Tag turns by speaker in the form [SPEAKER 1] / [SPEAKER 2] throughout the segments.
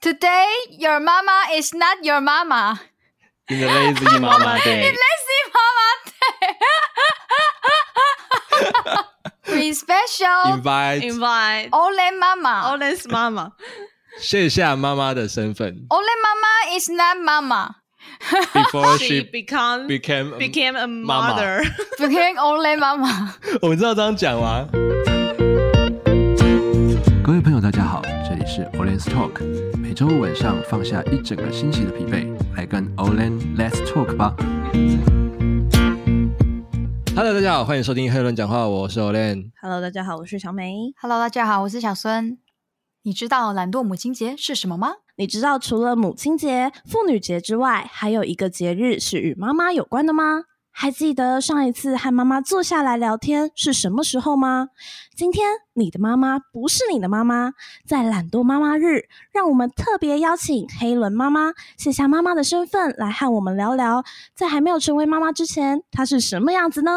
[SPEAKER 1] Today your mama is not your mama。
[SPEAKER 2] In the lazy 妈妈 day，
[SPEAKER 1] We special
[SPEAKER 2] invite
[SPEAKER 3] invite
[SPEAKER 1] only mama。
[SPEAKER 3] Olen's mama，
[SPEAKER 2] 卸下妈妈的身份
[SPEAKER 1] Only mama is not mama。
[SPEAKER 2] ，before
[SPEAKER 3] she
[SPEAKER 2] she
[SPEAKER 3] become
[SPEAKER 2] became a-
[SPEAKER 3] became a
[SPEAKER 2] 妈妈
[SPEAKER 3] mother。
[SPEAKER 1] Became only mama。
[SPEAKER 2] 我们知道这样讲吗？
[SPEAKER 4] 各位朋友，大家好，这里是 Olen's Talk，每周五晚上放下一整个星期的疲惫，来跟 Olen Let's Talk 吧。
[SPEAKER 2] Hello，大家好，欢迎收听《黑人讲话》，我是 Olen。
[SPEAKER 3] Hello，大家好，我是小美。
[SPEAKER 1] Hello，大家好，我是小孙。你知道懒惰母亲节是什么吗？
[SPEAKER 3] 你知道除了母亲节、妇女节之外，还有一个节日是与妈妈有关的吗？还记得上一次和妈妈坐下来聊天是什么时候吗？今天你的妈妈不是你的妈妈，在懒惰妈妈日，让我们特别邀请黑轮妈妈卸下妈妈的身份来和我们聊聊，在还没有成为妈妈之前，她是什么样子呢？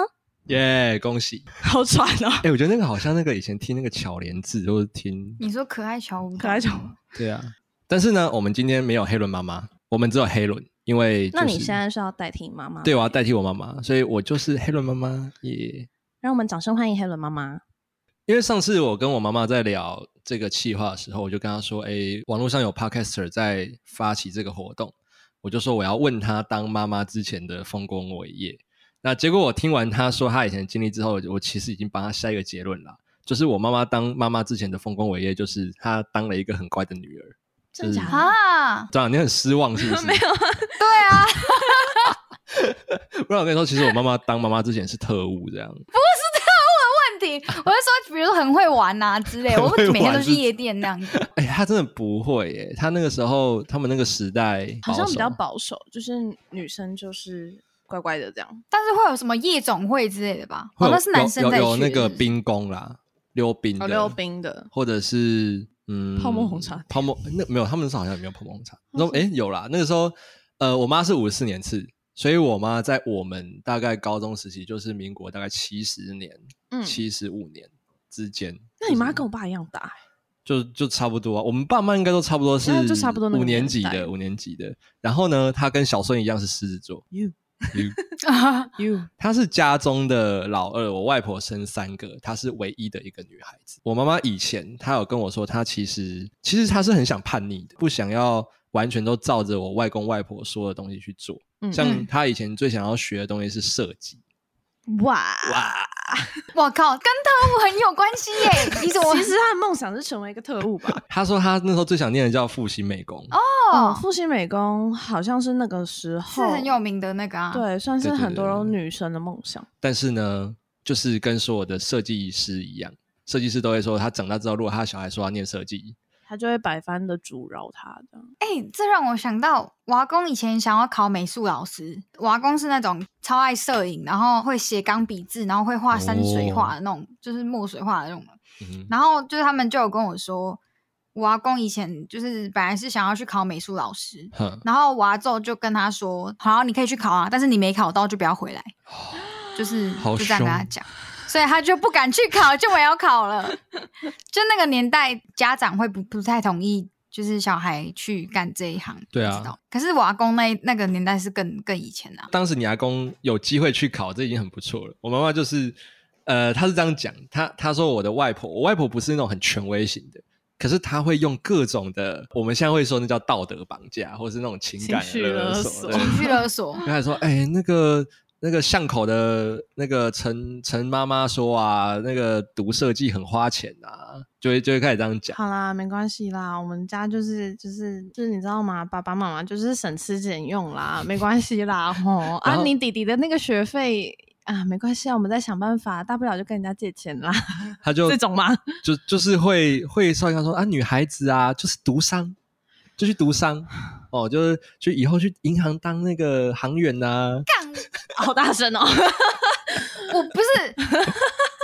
[SPEAKER 2] 耶、恭喜！
[SPEAKER 3] 好喘哦！
[SPEAKER 2] 哎、我觉得那个好像那个以前听那个巧莲智，或是听
[SPEAKER 1] 你说可爱乔舞蹈，
[SPEAKER 3] 可爱乔
[SPEAKER 2] 对啊。但是呢，我们今天没有黑轮妈妈，我们只有黑轮，因为、就是、
[SPEAKER 3] 那你现在是要代替妈妈？
[SPEAKER 2] 对，我要代替我妈妈，所以我就是黑轮妈妈耶。
[SPEAKER 3] 让我们掌声欢迎黑轮妈妈。
[SPEAKER 2] 因为上次我跟我妈妈在聊这个企划的时候，我就跟她说：“哎，网络上有 podcaster 在发起这个活动，我就说我要问她当妈妈之前的丰功伟业。”那结果我听完她说她以前的经历之后，我其实已经帮她下一个结论啦，就是我妈妈当妈妈之前的丰功伟业，就是她当了一个很乖的女儿。
[SPEAKER 3] 真假的？
[SPEAKER 1] 啊，
[SPEAKER 2] 这样你很失望是不 是？没有，
[SPEAKER 1] 对啊，
[SPEAKER 2] 不然我跟你说，其实我妈妈当妈妈之前是特务这样。
[SPEAKER 1] 问题，我是说，比如说很会玩呐、之类，
[SPEAKER 2] 很
[SPEAKER 1] 我
[SPEAKER 2] 会玩
[SPEAKER 1] 每天都去
[SPEAKER 2] 是
[SPEAKER 1] 夜店那样子。
[SPEAKER 2] 哎，她真的不会耶，她那个时候他们那个时代
[SPEAKER 3] 好像比
[SPEAKER 2] 保守
[SPEAKER 3] 较保守，就是女生就是乖乖的这样。
[SPEAKER 1] 但是会有什么夜总会之类的吧？
[SPEAKER 2] 会
[SPEAKER 1] 哦，
[SPEAKER 2] 有
[SPEAKER 1] 那是男生
[SPEAKER 2] 有
[SPEAKER 1] 在去
[SPEAKER 2] 有有那
[SPEAKER 1] 是
[SPEAKER 2] 个
[SPEAKER 1] 不是
[SPEAKER 2] 冰宫啦，溜冰的
[SPEAKER 3] 哦，溜冰的
[SPEAKER 2] 或者是嗯
[SPEAKER 3] 泡沫红茶
[SPEAKER 2] 泡沫那没有，他们那时候好像也没有泡沫红茶。那哎、诶有啦，那个时候呃，我妈是五十四年次，所以我妈在我们大概高中时期，就是民国大概七十年、
[SPEAKER 3] 嗯，
[SPEAKER 2] 七十五年之间。
[SPEAKER 3] 那你妈
[SPEAKER 2] 就是
[SPEAKER 3] 跟我爸一样大欸，
[SPEAKER 2] 就就差不多啊，我们爸妈应该都差不多是
[SPEAKER 3] 那啊就差不多那个
[SPEAKER 2] 五年
[SPEAKER 3] 年
[SPEAKER 2] 级
[SPEAKER 3] 代
[SPEAKER 2] 的五年级的。然后呢，他跟小孙一样是狮子座
[SPEAKER 3] You
[SPEAKER 2] You
[SPEAKER 1] 啊，
[SPEAKER 3] you
[SPEAKER 2] 她是家中的老二，我外婆生三个，她是唯一的一个女孩子。我妈妈以前她有跟我说，她其实其实她是很想叛逆的，不想要完全都照着我外公外婆说的东西去做。
[SPEAKER 3] 嗯
[SPEAKER 2] 像她以前最想要学的东西是设计，
[SPEAKER 3] 哇
[SPEAKER 2] 哇，
[SPEAKER 1] 我靠，跟特务很有关系耶！ 你怎么
[SPEAKER 3] 其实她的梦想是成为一个特务 吧？
[SPEAKER 2] 她说她那时候最想念的叫复兴美工，
[SPEAKER 3] 哦，
[SPEAKER 1] 哦，
[SPEAKER 3] 复兴美工好像是那个时
[SPEAKER 1] 是
[SPEAKER 3] 候
[SPEAKER 1] 很有名的那个啊？，
[SPEAKER 3] 对，算是
[SPEAKER 2] 对对
[SPEAKER 3] 很
[SPEAKER 2] 对
[SPEAKER 3] 多
[SPEAKER 2] 对
[SPEAKER 3] 女生的梦想。
[SPEAKER 2] 但是呢，就是跟所有的设计师一样，设计师都会说，他长大之后，如果他小孩说要念设计，
[SPEAKER 3] 她就会百般的阻挠她这样。
[SPEAKER 1] 哎、这让我想到，瓦工以前想要考美术老师，瓦工是那种超爱摄影，然后会写钢笔字，然后会画山水画的那种，就是墨水画的那种。
[SPEAKER 2] 嗯
[SPEAKER 1] 然后就是他们就有跟我说，我阿公以前就是本来是想要去考美术老师，
[SPEAKER 2] 哼，
[SPEAKER 1] 然后我阿昼就跟他说：“好，你可以去考啊，但是你没考到就不要回来。就是
[SPEAKER 2] 哦好
[SPEAKER 1] 就这样跟他
[SPEAKER 2] 凶
[SPEAKER 1] 讲，所以他就不敢去考，就没有考了。就那个年代，家长会不不太同意，就是小孩去干这一行。
[SPEAKER 2] 对啊
[SPEAKER 1] 不知道可是我阿公那那个年代是更更以前啊，
[SPEAKER 2] 当时你阿公有机会去考，这已经很不错了。我妈妈就是，呃，她是这样讲，她她说我的外婆，我外婆不是那种很权威型的，可是她会用各种的，我们现在会说那叫道德绑架，或是那种情感
[SPEAKER 3] 情绪
[SPEAKER 2] 勒
[SPEAKER 3] 勒
[SPEAKER 2] 索。
[SPEAKER 3] 索
[SPEAKER 2] 对
[SPEAKER 1] 情 绪勒索。
[SPEAKER 2] 刚才说，哎、那个那个巷口的那个陈陈妈妈说啊，那个读设计很花钱啊，就会就会开始这样讲。
[SPEAKER 3] 好啦，没关系啦，我们家就是就是就是你知道吗？爸爸妈妈就是省吃俭用啦，没关系啦，吼
[SPEAKER 2] 然
[SPEAKER 3] 啊，
[SPEAKER 2] 后
[SPEAKER 3] 你弟弟的那个学费啊，没关系啊，我们再想办法，大不了就跟人家借钱啦，
[SPEAKER 2] 他就
[SPEAKER 3] 这种吗？
[SPEAKER 2] 就就是会会稍微跟他说啊，女孩子啊，就是读商，就去读商哦，就是就以后去银行当那个行员呐、
[SPEAKER 3] 好大声哦！
[SPEAKER 1] 我不是，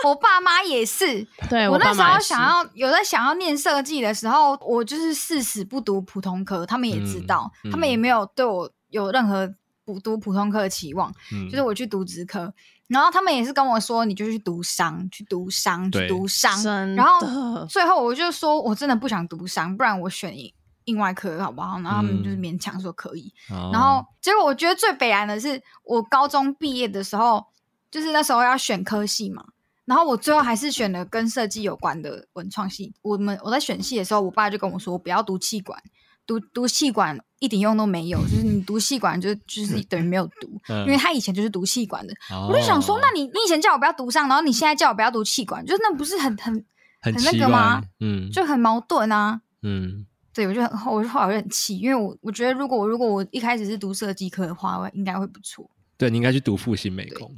[SPEAKER 1] 我爸妈也是，
[SPEAKER 3] 对
[SPEAKER 1] 我那
[SPEAKER 3] 哎爸
[SPEAKER 1] 时
[SPEAKER 3] 妈
[SPEAKER 1] 候
[SPEAKER 3] 也是
[SPEAKER 1] 想要有在想要念设计的时候，我就是誓死不读普通科，他们也知道，
[SPEAKER 2] 嗯
[SPEAKER 1] 他们
[SPEAKER 2] 嗯
[SPEAKER 1] 也没有对我有任何不读普通科的期望，
[SPEAKER 2] 嗯
[SPEAKER 1] 就是我去读职科，然后他们也是跟我说，你就去读商，去读商，去
[SPEAKER 2] 对
[SPEAKER 1] 读商，
[SPEAKER 3] 真
[SPEAKER 1] 然后
[SPEAKER 3] 的
[SPEAKER 1] 最后我就说我真的不想读商，不然我选印外科好不好？然后他们就是勉强说可以，
[SPEAKER 2] 然
[SPEAKER 1] 然后结果我觉得最北然的是，我高中毕业的时候，就是那时候要选科系嘛，然后我最后还是选了跟设计有关的文创系。我们我在选系的时候，我爸就跟我说，我不要读气管，读读气管一点用都没有，就是你读气管就就是等于没有读，
[SPEAKER 2] 嗯
[SPEAKER 1] 因为他以前就是读气管的。我就想
[SPEAKER 2] 哦
[SPEAKER 1] 说，那你你以前叫我不要读上，然后你现在叫我不要读气管，就是那不是很很
[SPEAKER 2] 很
[SPEAKER 1] 很那
[SPEAKER 2] 奇
[SPEAKER 1] 个吗
[SPEAKER 2] 怪？嗯，
[SPEAKER 1] 就很矛盾啊。
[SPEAKER 2] 嗯
[SPEAKER 1] 对，我就很后，我就后来我就很气，因为我我觉得如果我如果我一开始是读设计科的话，我应该会不错。
[SPEAKER 2] 对你应该去读复兴美工。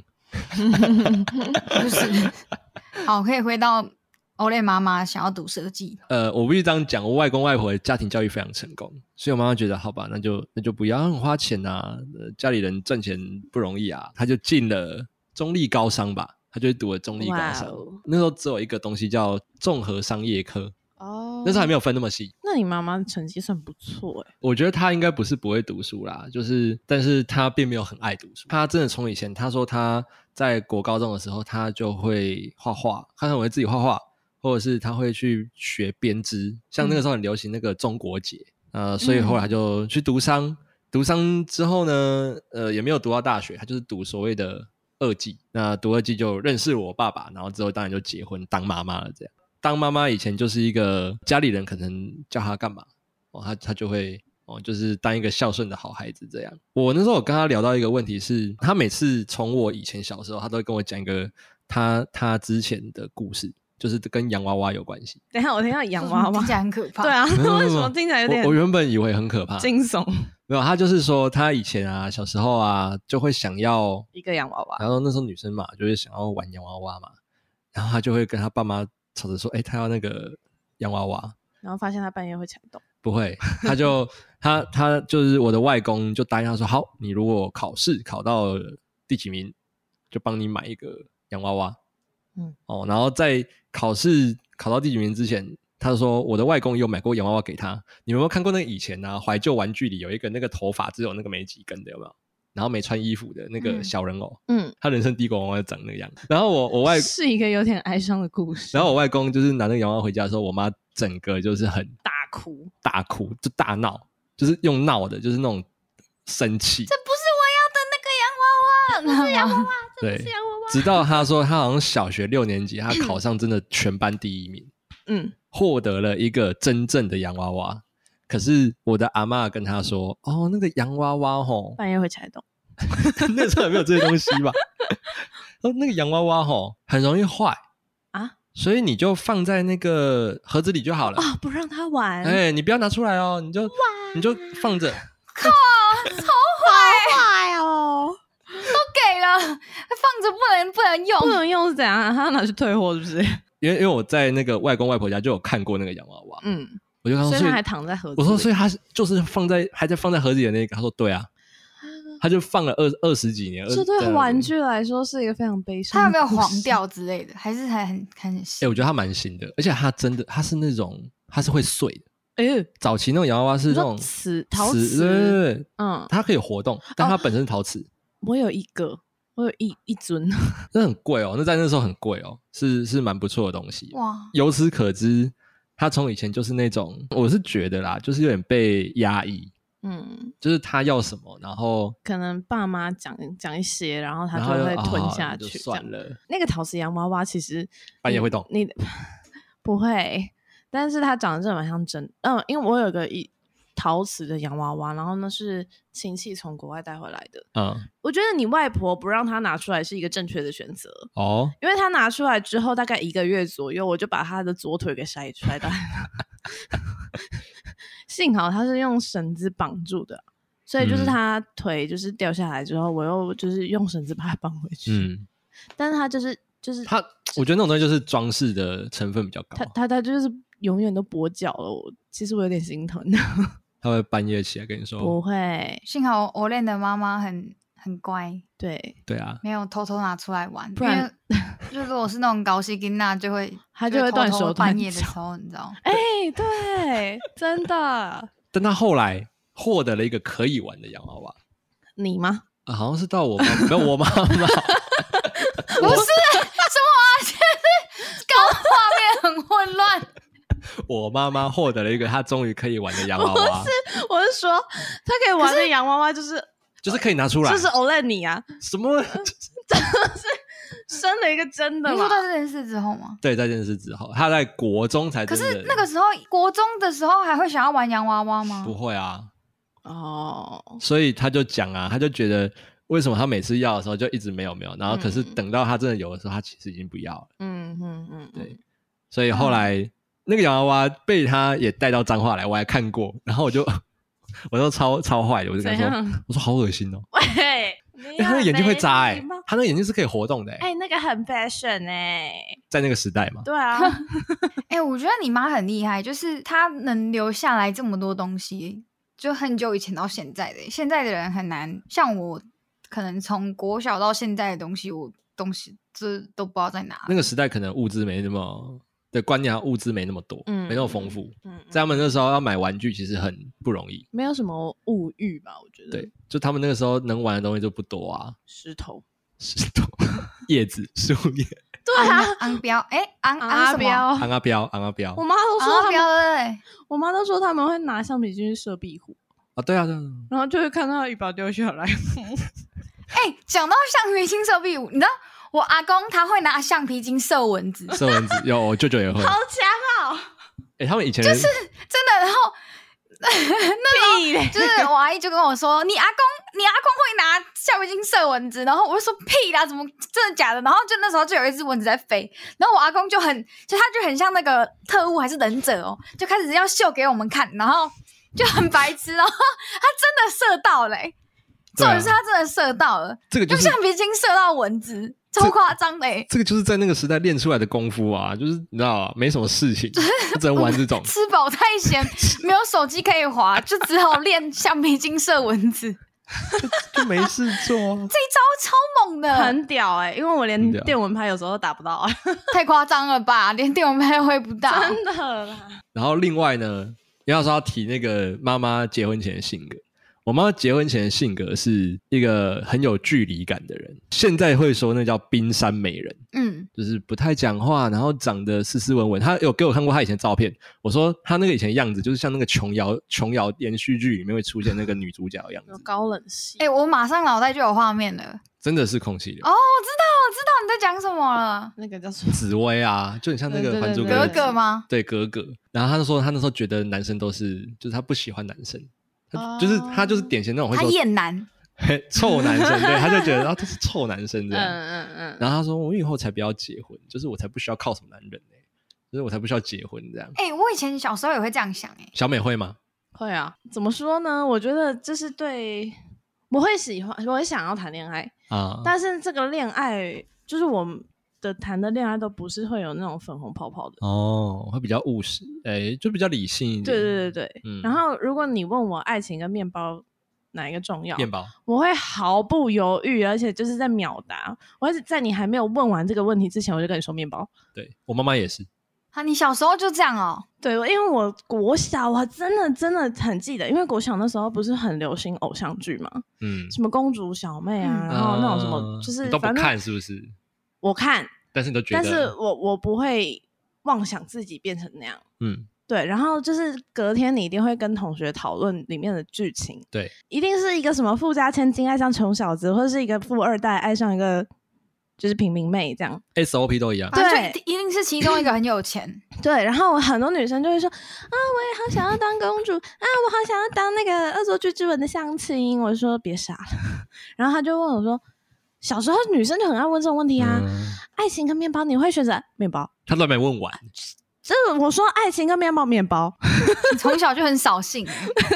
[SPEAKER 1] 就是 好，可以回到欧蕾妈妈想要读设计，
[SPEAKER 2] 呃，我必须这样讲，我外公外婆的家庭教育非常成功，所以我妈妈觉得好吧，那就那就不要很花钱啊、呃家里人挣钱不容易啊，她就进了中立高商吧，她就读了中立高商。
[SPEAKER 3] 哇哦
[SPEAKER 2] 那时候只有一个东西叫综合商业科，
[SPEAKER 3] 哦
[SPEAKER 2] 那时候还没有分那么细。
[SPEAKER 3] 那你妈妈的成绩算不错哎、
[SPEAKER 2] 我觉得她应该不是不会读书啦，就是，但是她并没有很爱读书。她真的从以前，她说她在国高中的时候，她就会画画，她很会自己画画，或者是她会去学编织，像那个时候很流行那个中国结，呃，所以后来她就去读商，读商之后呢，呃，也没有读到大学，她就是读所谓的二技，那读二技就认识我爸爸，然后之后当然就结婚当妈妈了，这样。当妈妈以前就是一个家里人可能叫她干嘛，哦，他他就会哦，就是当一个孝顺的好孩子这样。我那时候我跟他聊到一个问题是，他每次从我以前小时候，他都会跟我讲一个他他之前的故事，就是跟洋娃娃有关系。
[SPEAKER 3] 等一下我听到洋
[SPEAKER 1] 这
[SPEAKER 3] 娃
[SPEAKER 1] 听
[SPEAKER 3] 娃
[SPEAKER 1] 起，来很可怕。
[SPEAKER 3] 对，啊，
[SPEAKER 2] 没有
[SPEAKER 3] 为
[SPEAKER 2] 没
[SPEAKER 3] 什
[SPEAKER 2] 有
[SPEAKER 3] 么听起来有点
[SPEAKER 2] 我我原本以啊为很可怕，
[SPEAKER 3] 惊悚？
[SPEAKER 2] 没有，他就是说他以前啊小时候啊就会想要，
[SPEAKER 3] 一个洋娃娃，
[SPEAKER 2] 然后那时候女生嘛就会想要玩洋娃娃嘛，然后他就会跟他爸妈吵着说，哎，他要那个洋娃娃，
[SPEAKER 3] 然后发现她半夜会踩动，
[SPEAKER 2] 不会，他就他他就是我的外公就答应他说，好，你如果考试考到第几名，就帮你买一个洋娃娃。
[SPEAKER 3] 嗯，
[SPEAKER 2] 哦，然后在考试考到第几名之前，他说我的外公有买过洋娃娃给他。你们有没有看过那个以前啊怀旧玩具里有一个那个头发只有那个没几根的有没有？然后没穿衣服的那个
[SPEAKER 1] 嗯
[SPEAKER 2] 小人偶，
[SPEAKER 3] 嗯，
[SPEAKER 2] 他人生第一个娃娃长那个样子。然后我我外
[SPEAKER 3] 是一个有点哀伤的故事，
[SPEAKER 2] 然后我外公就是拿那个洋娃娃回家的时候，我妈整个就是很
[SPEAKER 3] 大哭，
[SPEAKER 2] 大哭，就大闹，就是用闹的，就是那种生 气。
[SPEAKER 1] 不是我要的那
[SPEAKER 3] 哦
[SPEAKER 1] 个洋娃娃，
[SPEAKER 2] 对，
[SPEAKER 5] 啊
[SPEAKER 2] 直到他说他好像小学六年级，他考上真的全班第一名，
[SPEAKER 3] 嗯，
[SPEAKER 2] 获得了一个真正的洋娃娃。可是我的阿嬷跟他说：“哦，那个洋娃娃 吼，
[SPEAKER 3] 半夜会踩动，
[SPEAKER 2] 那时候也没有这些东西吧？哦，那个洋娃娃吼很容易坏
[SPEAKER 3] 啊，
[SPEAKER 2] 所以你就放在那个盒子里就好了。
[SPEAKER 3] 啊，不让她玩，
[SPEAKER 2] 哎、你不要拿出来哦，你就你就放着。
[SPEAKER 3] 坏哦，
[SPEAKER 1] 都给了，放着不能不能
[SPEAKER 3] 不
[SPEAKER 1] 用。
[SPEAKER 3] 能用是怎样啊？她要拿去退货是不是？
[SPEAKER 2] 因为因为我在那个外公外婆家就有看过那个洋娃娃，
[SPEAKER 3] 嗯，
[SPEAKER 2] 我就跟
[SPEAKER 3] 所
[SPEAKER 2] 他
[SPEAKER 3] 以她
[SPEAKER 2] 说
[SPEAKER 3] 还，躺在盒子里，
[SPEAKER 2] 我说，所以他是就是放在还在放在盒子里的那个，他说对啊，他就放了二二啊十几年，
[SPEAKER 3] 这对
[SPEAKER 2] 20
[SPEAKER 3] 玩。具来说是一个非常悲伤。
[SPEAKER 1] 它有没有黄？掉之类的？还是还很很
[SPEAKER 2] 哎、我觉得它蛮新的，而且它真的，它是那种它是会碎的。
[SPEAKER 3] 哎，
[SPEAKER 2] 早期那种洋娃娃是
[SPEAKER 3] 你
[SPEAKER 2] 那
[SPEAKER 3] 说
[SPEAKER 2] 种
[SPEAKER 3] 瓷陶
[SPEAKER 2] 对
[SPEAKER 3] 瓷
[SPEAKER 2] 对对对
[SPEAKER 3] 嗯，
[SPEAKER 2] 它可以活动，但它本身是陶瓷，
[SPEAKER 3] 我有一个，我有一一尊，
[SPEAKER 2] 那很贵哦，那在那时候很贵哦，是是蛮不错的东西。
[SPEAKER 1] 哇？
[SPEAKER 2] 由此可知，它从以前就是那种，我是觉得啦，就是有点被压抑，
[SPEAKER 3] 嗯，
[SPEAKER 2] 就是他要什么，然后
[SPEAKER 3] 可能爸妈讲讲一些，然后他
[SPEAKER 2] 然
[SPEAKER 3] 就
[SPEAKER 2] 后又
[SPEAKER 3] 会
[SPEAKER 2] 啊
[SPEAKER 3] 吞下
[SPEAKER 2] 就
[SPEAKER 3] 去。这样
[SPEAKER 2] 算了。
[SPEAKER 3] 那个陶瓷洋娃娃其实
[SPEAKER 2] 半夜
[SPEAKER 3] 你
[SPEAKER 2] 会动
[SPEAKER 3] 你不会，但是它长得真的蛮像真，嗯，因为我有个一陶瓷的洋娃娃，然后呢是亲戚从国外带回来的。
[SPEAKER 2] 嗯，
[SPEAKER 3] 我觉得你外婆不让她拿出来是一个正确的选择，
[SPEAKER 2] 哦，
[SPEAKER 3] 因为她拿出来之后大概一个月左右，我就把她的左腿给摔摔断了。 幸好她是用绳子绑住的，所以就是
[SPEAKER 2] 嗯
[SPEAKER 3] 她腿就是掉下来之后，我又就是用绳子把它绑回去。
[SPEAKER 2] 嗯，
[SPEAKER 3] 但是他就是就是
[SPEAKER 2] 它我觉得那种东西就是装饰的成分比较高
[SPEAKER 3] 他，他他就是永远都跛脚了，我其实我有点心疼。
[SPEAKER 2] 哦它会半夜起来跟你
[SPEAKER 3] 不
[SPEAKER 2] 说，
[SPEAKER 3] 会，
[SPEAKER 1] 幸好欧蕾的妈妈很很乖，
[SPEAKER 3] 对
[SPEAKER 2] 对啊，
[SPEAKER 1] 没有偷偷拿出来玩，
[SPEAKER 3] 不然
[SPEAKER 1] 因为就如果是那种高息跟那，就会
[SPEAKER 3] 她
[SPEAKER 1] 就
[SPEAKER 3] 就会
[SPEAKER 1] 偷
[SPEAKER 3] 断
[SPEAKER 1] 偷
[SPEAKER 3] 手断
[SPEAKER 1] 半夜的
[SPEAKER 3] 脚
[SPEAKER 1] 时候，你知道。
[SPEAKER 3] 哎、对，真的，
[SPEAKER 2] 但他后来获得了一个可以玩的洋娃娃，
[SPEAKER 3] 你吗？
[SPEAKER 2] 啊好像是到我妈，没有我妈 妈，
[SPEAKER 1] 不是什么啊，就是搞画面很混乱。
[SPEAKER 2] 我妈妈获得了一个她终于可以玩的洋娃娃，
[SPEAKER 3] 我是说，他可以玩的洋娃娃就是
[SPEAKER 2] 就是可以拿出来，
[SPEAKER 3] 就是欧莱你啊，
[SPEAKER 2] 什么？
[SPEAKER 3] 生了一个真的
[SPEAKER 1] 你
[SPEAKER 3] 嘛
[SPEAKER 1] 说？在这件事之后吗？
[SPEAKER 2] 对，在认识之后，她在国中才
[SPEAKER 1] 可
[SPEAKER 2] 真的。
[SPEAKER 1] 是那个时候，国中的时候还会想要玩洋娃娃吗
[SPEAKER 2] 不？会啊，
[SPEAKER 3] 哦，
[SPEAKER 2] 所以他就讲啊，他就觉得为什么他每次要的时候就一直没有没有，然后可是
[SPEAKER 3] 嗯
[SPEAKER 2] 等到他真的有的时候，他其实已经不要了。
[SPEAKER 3] 嗯嗯嗯，
[SPEAKER 2] 对所以后来、那个洋娃娃被他也带到彰化来，我还看过，然后我就 我都超超坏的，我就跟他
[SPEAKER 3] 怎
[SPEAKER 2] 说，我说好恶心哦，
[SPEAKER 3] 喂，
[SPEAKER 2] 因为
[SPEAKER 3] 你
[SPEAKER 2] 他的眼睛会眨哎、
[SPEAKER 3] 很没礼貌
[SPEAKER 2] 他那个眼睛是可以活动的、欸，
[SPEAKER 3] 哎、那个很 fashion 哎、
[SPEAKER 2] 在那个时代嘛，
[SPEAKER 3] 对 啊，
[SPEAKER 1] 哎、我觉得你妈很厉害，就是她能留下来这么多东西，就很久以前到现在的，欸现在的人很难。像我，可能从国小到现在的东西，我东西这都不知道在
[SPEAKER 3] 啊
[SPEAKER 1] 哪。
[SPEAKER 2] 那个时代可能物资没那么的观念，物资没那么多，
[SPEAKER 3] 嗯
[SPEAKER 2] 没那么丰富，
[SPEAKER 3] 嗯，
[SPEAKER 2] 在他们那时候要买玩具其实很不容易，
[SPEAKER 3] 没有什么物欲吧？我觉得，
[SPEAKER 2] 对，，就他们那个时候能玩的东西就不多啊，
[SPEAKER 3] 石头，
[SPEAKER 2] 石头、 叶子、树叶、
[SPEAKER 3] 对啊，
[SPEAKER 1] 昂标，哎、昂昂
[SPEAKER 3] 阿
[SPEAKER 1] 什么？
[SPEAKER 3] 彪，
[SPEAKER 2] 昂啊标、昂啊标
[SPEAKER 3] 我妈都说
[SPEAKER 1] 昂
[SPEAKER 3] 他
[SPEAKER 1] 标
[SPEAKER 3] 们，
[SPEAKER 1] 对，
[SPEAKER 3] 我妈都说他们会拿橡皮筋去射壁虎，
[SPEAKER 2] 啊，对啊，对啊，对啊
[SPEAKER 3] 然后就会看到一把丢下来，
[SPEAKER 1] 哎、讲到橡皮筋射壁虎，你知道我阿公他会拿橡皮筋射蚊 子，
[SPEAKER 2] 啊射蚊子有，我舅舅也会。
[SPEAKER 3] 强哦！
[SPEAKER 2] 哎，他们以前人
[SPEAKER 1] 真的，然后。
[SPEAKER 3] 屁 嘞！
[SPEAKER 1] 就是我阿姨就跟我说，你阿公你阿公会拿橡皮筋射蚊子，然后我就说屁啦，怎么真的假的？然后就那时候就有一只蚊子在飞，然后我阿公就很，就他就很像那个特务还是忍者哦，就开始要秀给我们看，然后就很白痴，然后他真的射到嘞、欸，
[SPEAKER 2] 对
[SPEAKER 1] 重
[SPEAKER 2] 啊
[SPEAKER 1] 点是他真的射到了，
[SPEAKER 2] 这个就
[SPEAKER 1] 用
[SPEAKER 2] 是
[SPEAKER 1] 橡皮筋射到蚊子，超夸张的、 欸，。
[SPEAKER 2] 这个就是在那个时代练出来的功夫啊，就是你知道啊，没什么事情，只能玩这种
[SPEAKER 1] 吃饱太闲，没有手机可以滑，就只好练橡皮筋射蚊 子，
[SPEAKER 2] 就没事做啊。
[SPEAKER 1] 这一招超猛的，
[SPEAKER 3] 很屌哎、因为我连
[SPEAKER 2] 很屌
[SPEAKER 3] 电蚊拍有时候都打不到啊，
[SPEAKER 1] 太夸张了吧， 连电蚊拍都挥不到。
[SPEAKER 3] 真的啦。
[SPEAKER 2] 然后另外呢，你要说要提那个妈妈结婚前的性格，我妈妈结婚前的性格是一个很有距离感的人，现在会说那叫冰山美人。
[SPEAKER 1] 嗯，
[SPEAKER 2] 就是不太讲话，然后长得斯斯文文。他有给我看过他以前的照片，我说他那个以前的样子，就是像那个琼瑶琼瑶连续剧里面会出现那个女主角的样
[SPEAKER 3] 有
[SPEAKER 2] 子，
[SPEAKER 3] 高冷系，
[SPEAKER 1] 哎、我马上脑袋就有画面了。哦，
[SPEAKER 2] 真的是空气流。
[SPEAKER 1] 我知道，我知道你在讲什么了。
[SPEAKER 3] 那个叫什么？
[SPEAKER 2] 紫薇啊，就很像那个《
[SPEAKER 3] 嗯对对
[SPEAKER 2] 还珠
[SPEAKER 3] 对
[SPEAKER 1] 格
[SPEAKER 2] 格格》
[SPEAKER 1] 格吗？
[SPEAKER 2] 对格格。然后他就说，他那时候觉得男生都是，就是他不喜欢男生，他就是、
[SPEAKER 3] 哦
[SPEAKER 2] 他就是典型那种会
[SPEAKER 1] 他
[SPEAKER 2] 说
[SPEAKER 1] 厌男，
[SPEAKER 2] 嘿臭男生，对，他就 觉得啊，这是臭男生
[SPEAKER 3] 嗯
[SPEAKER 2] 这样。
[SPEAKER 3] 嗯嗯，
[SPEAKER 2] 然后他说，我以后才不要结婚，就是我才不需要靠什么男人呢、就是我才不需要结婚这样。
[SPEAKER 1] 哎、我以前小时候也会这样想、哎，
[SPEAKER 2] 小美会吗？
[SPEAKER 3] 会啊。怎么说呢？我觉得这是对，我会喜欢，我会想要谈恋爱，
[SPEAKER 2] 啊，
[SPEAKER 3] 但是这个恋爱，就是我们的谈的恋爱都不是会有那种粉红泡泡的。
[SPEAKER 2] 哦，会比较务实，哎、就比较理性一点。
[SPEAKER 3] 对对对对。
[SPEAKER 2] 嗯
[SPEAKER 3] 然后，如果你问我爱情跟面包哪一个重要，
[SPEAKER 2] 面包
[SPEAKER 3] 我会毫不犹豫，而且就是在秒答。我而且在你还没有问完这个问题之前，我就跟你说面包。
[SPEAKER 2] 对我妈妈也是，
[SPEAKER 1] 啊，你小时候就这样 哦、
[SPEAKER 3] 对，因为我国小我真的真的很记得，因为国小那时候不是很流行偶像剧嘛，
[SPEAKER 2] 嗯，
[SPEAKER 3] 什么公主小妹
[SPEAKER 1] 嗯
[SPEAKER 3] 啊，然后那种什么
[SPEAKER 2] 啊
[SPEAKER 3] 就是
[SPEAKER 2] 你都不
[SPEAKER 3] 反正
[SPEAKER 2] 看是不是？
[SPEAKER 3] 我看，
[SPEAKER 2] 但是你都觉得，
[SPEAKER 3] 但是我我不会妄想自己变成那样。
[SPEAKER 2] 嗯，
[SPEAKER 3] 对，然后就是隔天你一定会跟同学讨论里面的剧情，
[SPEAKER 2] 对，
[SPEAKER 3] 一定是一个什么富家千金爱上穷小子，或者是一个富二代爱上一个就是平民妹这样。
[SPEAKER 2] SOP 都一样。
[SPEAKER 1] 反正就
[SPEAKER 3] 对
[SPEAKER 1] 一定是其中一个很有 钱。
[SPEAKER 3] 对，然后很多女生就会说啊，我也好想要当公主啊，我好想要当那个《恶作剧之吻》的相亲。我说别傻了， 然后他就问我说，小时候女生就很爱问这种问题啊，
[SPEAKER 2] 嗯
[SPEAKER 3] 爱情跟面包你会选择面包？
[SPEAKER 2] 他都还没问完，
[SPEAKER 3] 这我说爱情跟面包，面 包，
[SPEAKER 1] 你从小就很扫兴、 哎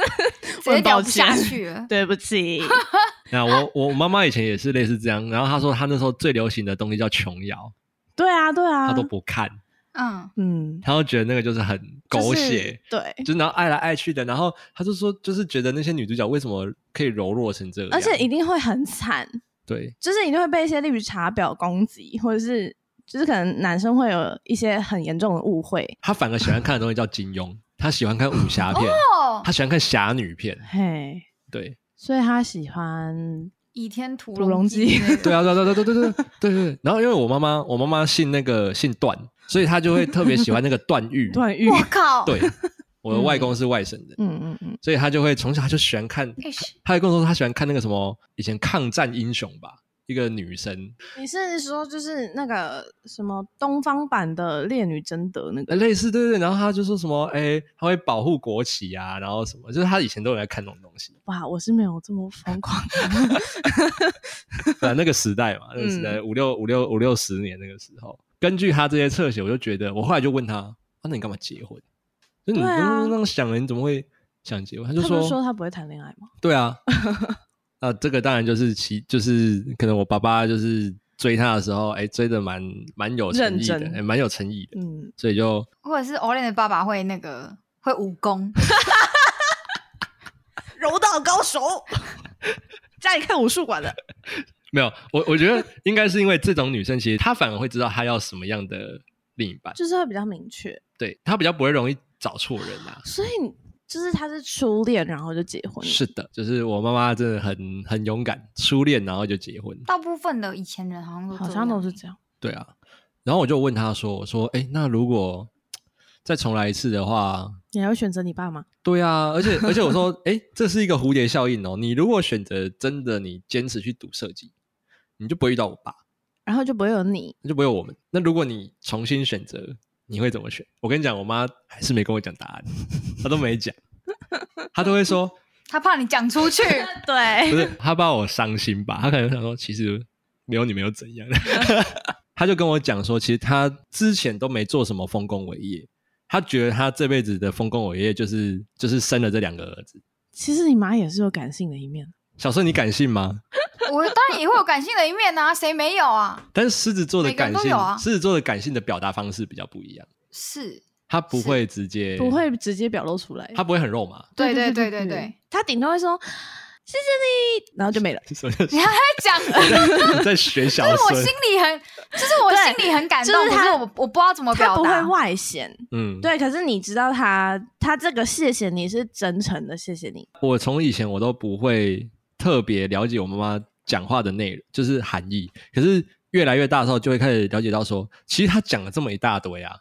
[SPEAKER 1] 直接聊不下去了。
[SPEAKER 3] 对不起，
[SPEAKER 2] 那我我妈妈以前也是类似这样，然后她说她那时候最流行的东西叫琼瑶，
[SPEAKER 3] 对啊，对
[SPEAKER 2] 她
[SPEAKER 3] 啊，
[SPEAKER 2] 都不看，
[SPEAKER 1] 嗯，
[SPEAKER 3] 嗯，
[SPEAKER 2] 她就觉得那个就是很狗血，
[SPEAKER 3] 就是对，
[SPEAKER 2] 就是然后爱来爱去的，然后她就说就是觉得那些女主角为什么可以柔弱成这样，
[SPEAKER 3] 而且一定会很惨，
[SPEAKER 2] 对
[SPEAKER 3] 就是一定会被一些绿茶婊攻击，或者是就是可能男生会有一些很严重的误会。
[SPEAKER 2] 她反而喜欢看的东西叫金庸，她喜欢看武侠片，
[SPEAKER 1] 哦，
[SPEAKER 2] 她喜欢看侠女片，
[SPEAKER 3] 嘿，
[SPEAKER 2] 对，
[SPEAKER 3] 所以他喜欢
[SPEAKER 1] 倚天屠
[SPEAKER 3] 屠龙
[SPEAKER 1] 记
[SPEAKER 3] 记
[SPEAKER 1] 之类的，
[SPEAKER 2] 对啊，对啊对啊对啊对啊对啊 对对对。然后因为我妈妈，我妈妈姓那个姓段，所以她就会特别喜欢那个段誉。
[SPEAKER 3] 段 誉，
[SPEAKER 1] 我靠，
[SPEAKER 2] 对，我的外公是外省人，
[SPEAKER 3] 嗯嗯嗯，
[SPEAKER 2] 所以她就会从小她就喜欢看，
[SPEAKER 1] 哎是
[SPEAKER 2] 她还跟我说她喜欢看那个什么以前抗战英雄吧，一个女生，
[SPEAKER 3] 你是说就是那个什么东方版的《烈女贞德》那
[SPEAKER 2] 呃
[SPEAKER 3] 个？
[SPEAKER 2] 类似对对对。然后她就说什么，哎，她会保护国旗啊，然后什么，就是她以前都有在看那种东西，
[SPEAKER 3] 哇，我是没有这么疯狂。
[SPEAKER 2] 对啊，那个时代嘛，那个时代
[SPEAKER 3] 嗯
[SPEAKER 2] 五六五六五六十年那个时候，根据她这些侧写，我就觉得，我后来就问她，啊，那你干嘛结婚？就你
[SPEAKER 3] 对啊
[SPEAKER 2] 那样想了，你怎么会想结婚？她就
[SPEAKER 3] 他不
[SPEAKER 2] 说
[SPEAKER 3] 是说他不会谈恋爱吗？
[SPEAKER 2] 对啊，啊，这个当然就是其就是可能我爸爸就是追她的时候，哎、追的蛮蛮有诚意的，
[SPEAKER 3] 认真
[SPEAKER 2] 哎蛮、有诚意的，
[SPEAKER 3] 嗯，
[SPEAKER 2] 所以就
[SPEAKER 1] 或者是 Olin 的爸爸会那个会武 功，
[SPEAKER 3] 柔道高手，家里看武术馆的。
[SPEAKER 2] 没有我我觉得应该是因为这种女生，其实她反而会知道她要什么样的另一半，
[SPEAKER 3] 就是会比较明确，
[SPEAKER 2] 对她比较不会容易找错人啊。
[SPEAKER 3] 所以你就是他是初恋，然后就结婚了。
[SPEAKER 2] 是的，就是我妈妈真的很很勇敢，初恋然后就结婚，
[SPEAKER 1] 大部分的以前人好像都
[SPEAKER 3] 好
[SPEAKER 1] 哦这
[SPEAKER 3] 像都
[SPEAKER 1] 样
[SPEAKER 3] 是这样。
[SPEAKER 2] 对啊。然后我就问她说：“我说，哎、那如果再重来一次的话，
[SPEAKER 3] 你还会选择你爸吗？
[SPEAKER 2] 对啊，而 且而且我说，哎、这是一个蝴蝶效应哦。你如果选择真的你坚持去读设计，你就不会遇到我爸，
[SPEAKER 3] 然后就不会有你，
[SPEAKER 2] 那就不会有我们。那如果你重新选择，你会怎么选？我跟你讲，我妈还是没跟我讲答案，她都没讲，她都会说，
[SPEAKER 1] 他怕你讲出去，
[SPEAKER 2] 不
[SPEAKER 3] 对，
[SPEAKER 2] 是她怕我伤心吧？她可能想说，其实没有你没有怎样。 她就跟我讲说，其实她之前都没做什么丰功伟业，她觉得她这辈子的丰功伟业就是就是生了这两个儿子。
[SPEAKER 3] 其实你妈也是有感性的一面，
[SPEAKER 2] 小时候你敢信吗？
[SPEAKER 1] 我 当然也会有感性的一面啊，谁没有啊？
[SPEAKER 2] 但是狮子座的
[SPEAKER 1] 每个人
[SPEAKER 2] 感
[SPEAKER 1] 都
[SPEAKER 2] 性，
[SPEAKER 1] 有啊
[SPEAKER 2] 狮子座的感性的表达方式比较不一样，
[SPEAKER 1] 是，
[SPEAKER 2] 他不会直接，
[SPEAKER 3] 不，会直接表露出来。
[SPEAKER 2] 他不会很肉麻，
[SPEAKER 1] 对对对
[SPEAKER 3] 对
[SPEAKER 1] 对
[SPEAKER 3] 对
[SPEAKER 1] 对，，
[SPEAKER 3] 他顶多会说谢谢你，然后就没了。
[SPEAKER 2] 什么叫
[SPEAKER 1] 你还在讲，就是
[SPEAKER 2] 你 在学小
[SPEAKER 1] 我
[SPEAKER 2] 孙
[SPEAKER 1] 心？里很，就是我
[SPEAKER 3] 对
[SPEAKER 1] 心里很感动，
[SPEAKER 3] 就是
[SPEAKER 1] 可
[SPEAKER 3] 他
[SPEAKER 1] 是我我不知道怎么
[SPEAKER 3] 他
[SPEAKER 1] 表
[SPEAKER 3] 不会
[SPEAKER 1] 达。
[SPEAKER 3] 外显，
[SPEAKER 2] 嗯，，
[SPEAKER 3] 对，可是你知道他，他这个谢谢你是真诚的，谢谢你。
[SPEAKER 2] 我从以前我都不会特别了解我妈妈讲话的内容，就是含义。可是越来越大的时候，就会开始了解到说，其实她讲了这么一大堆啊，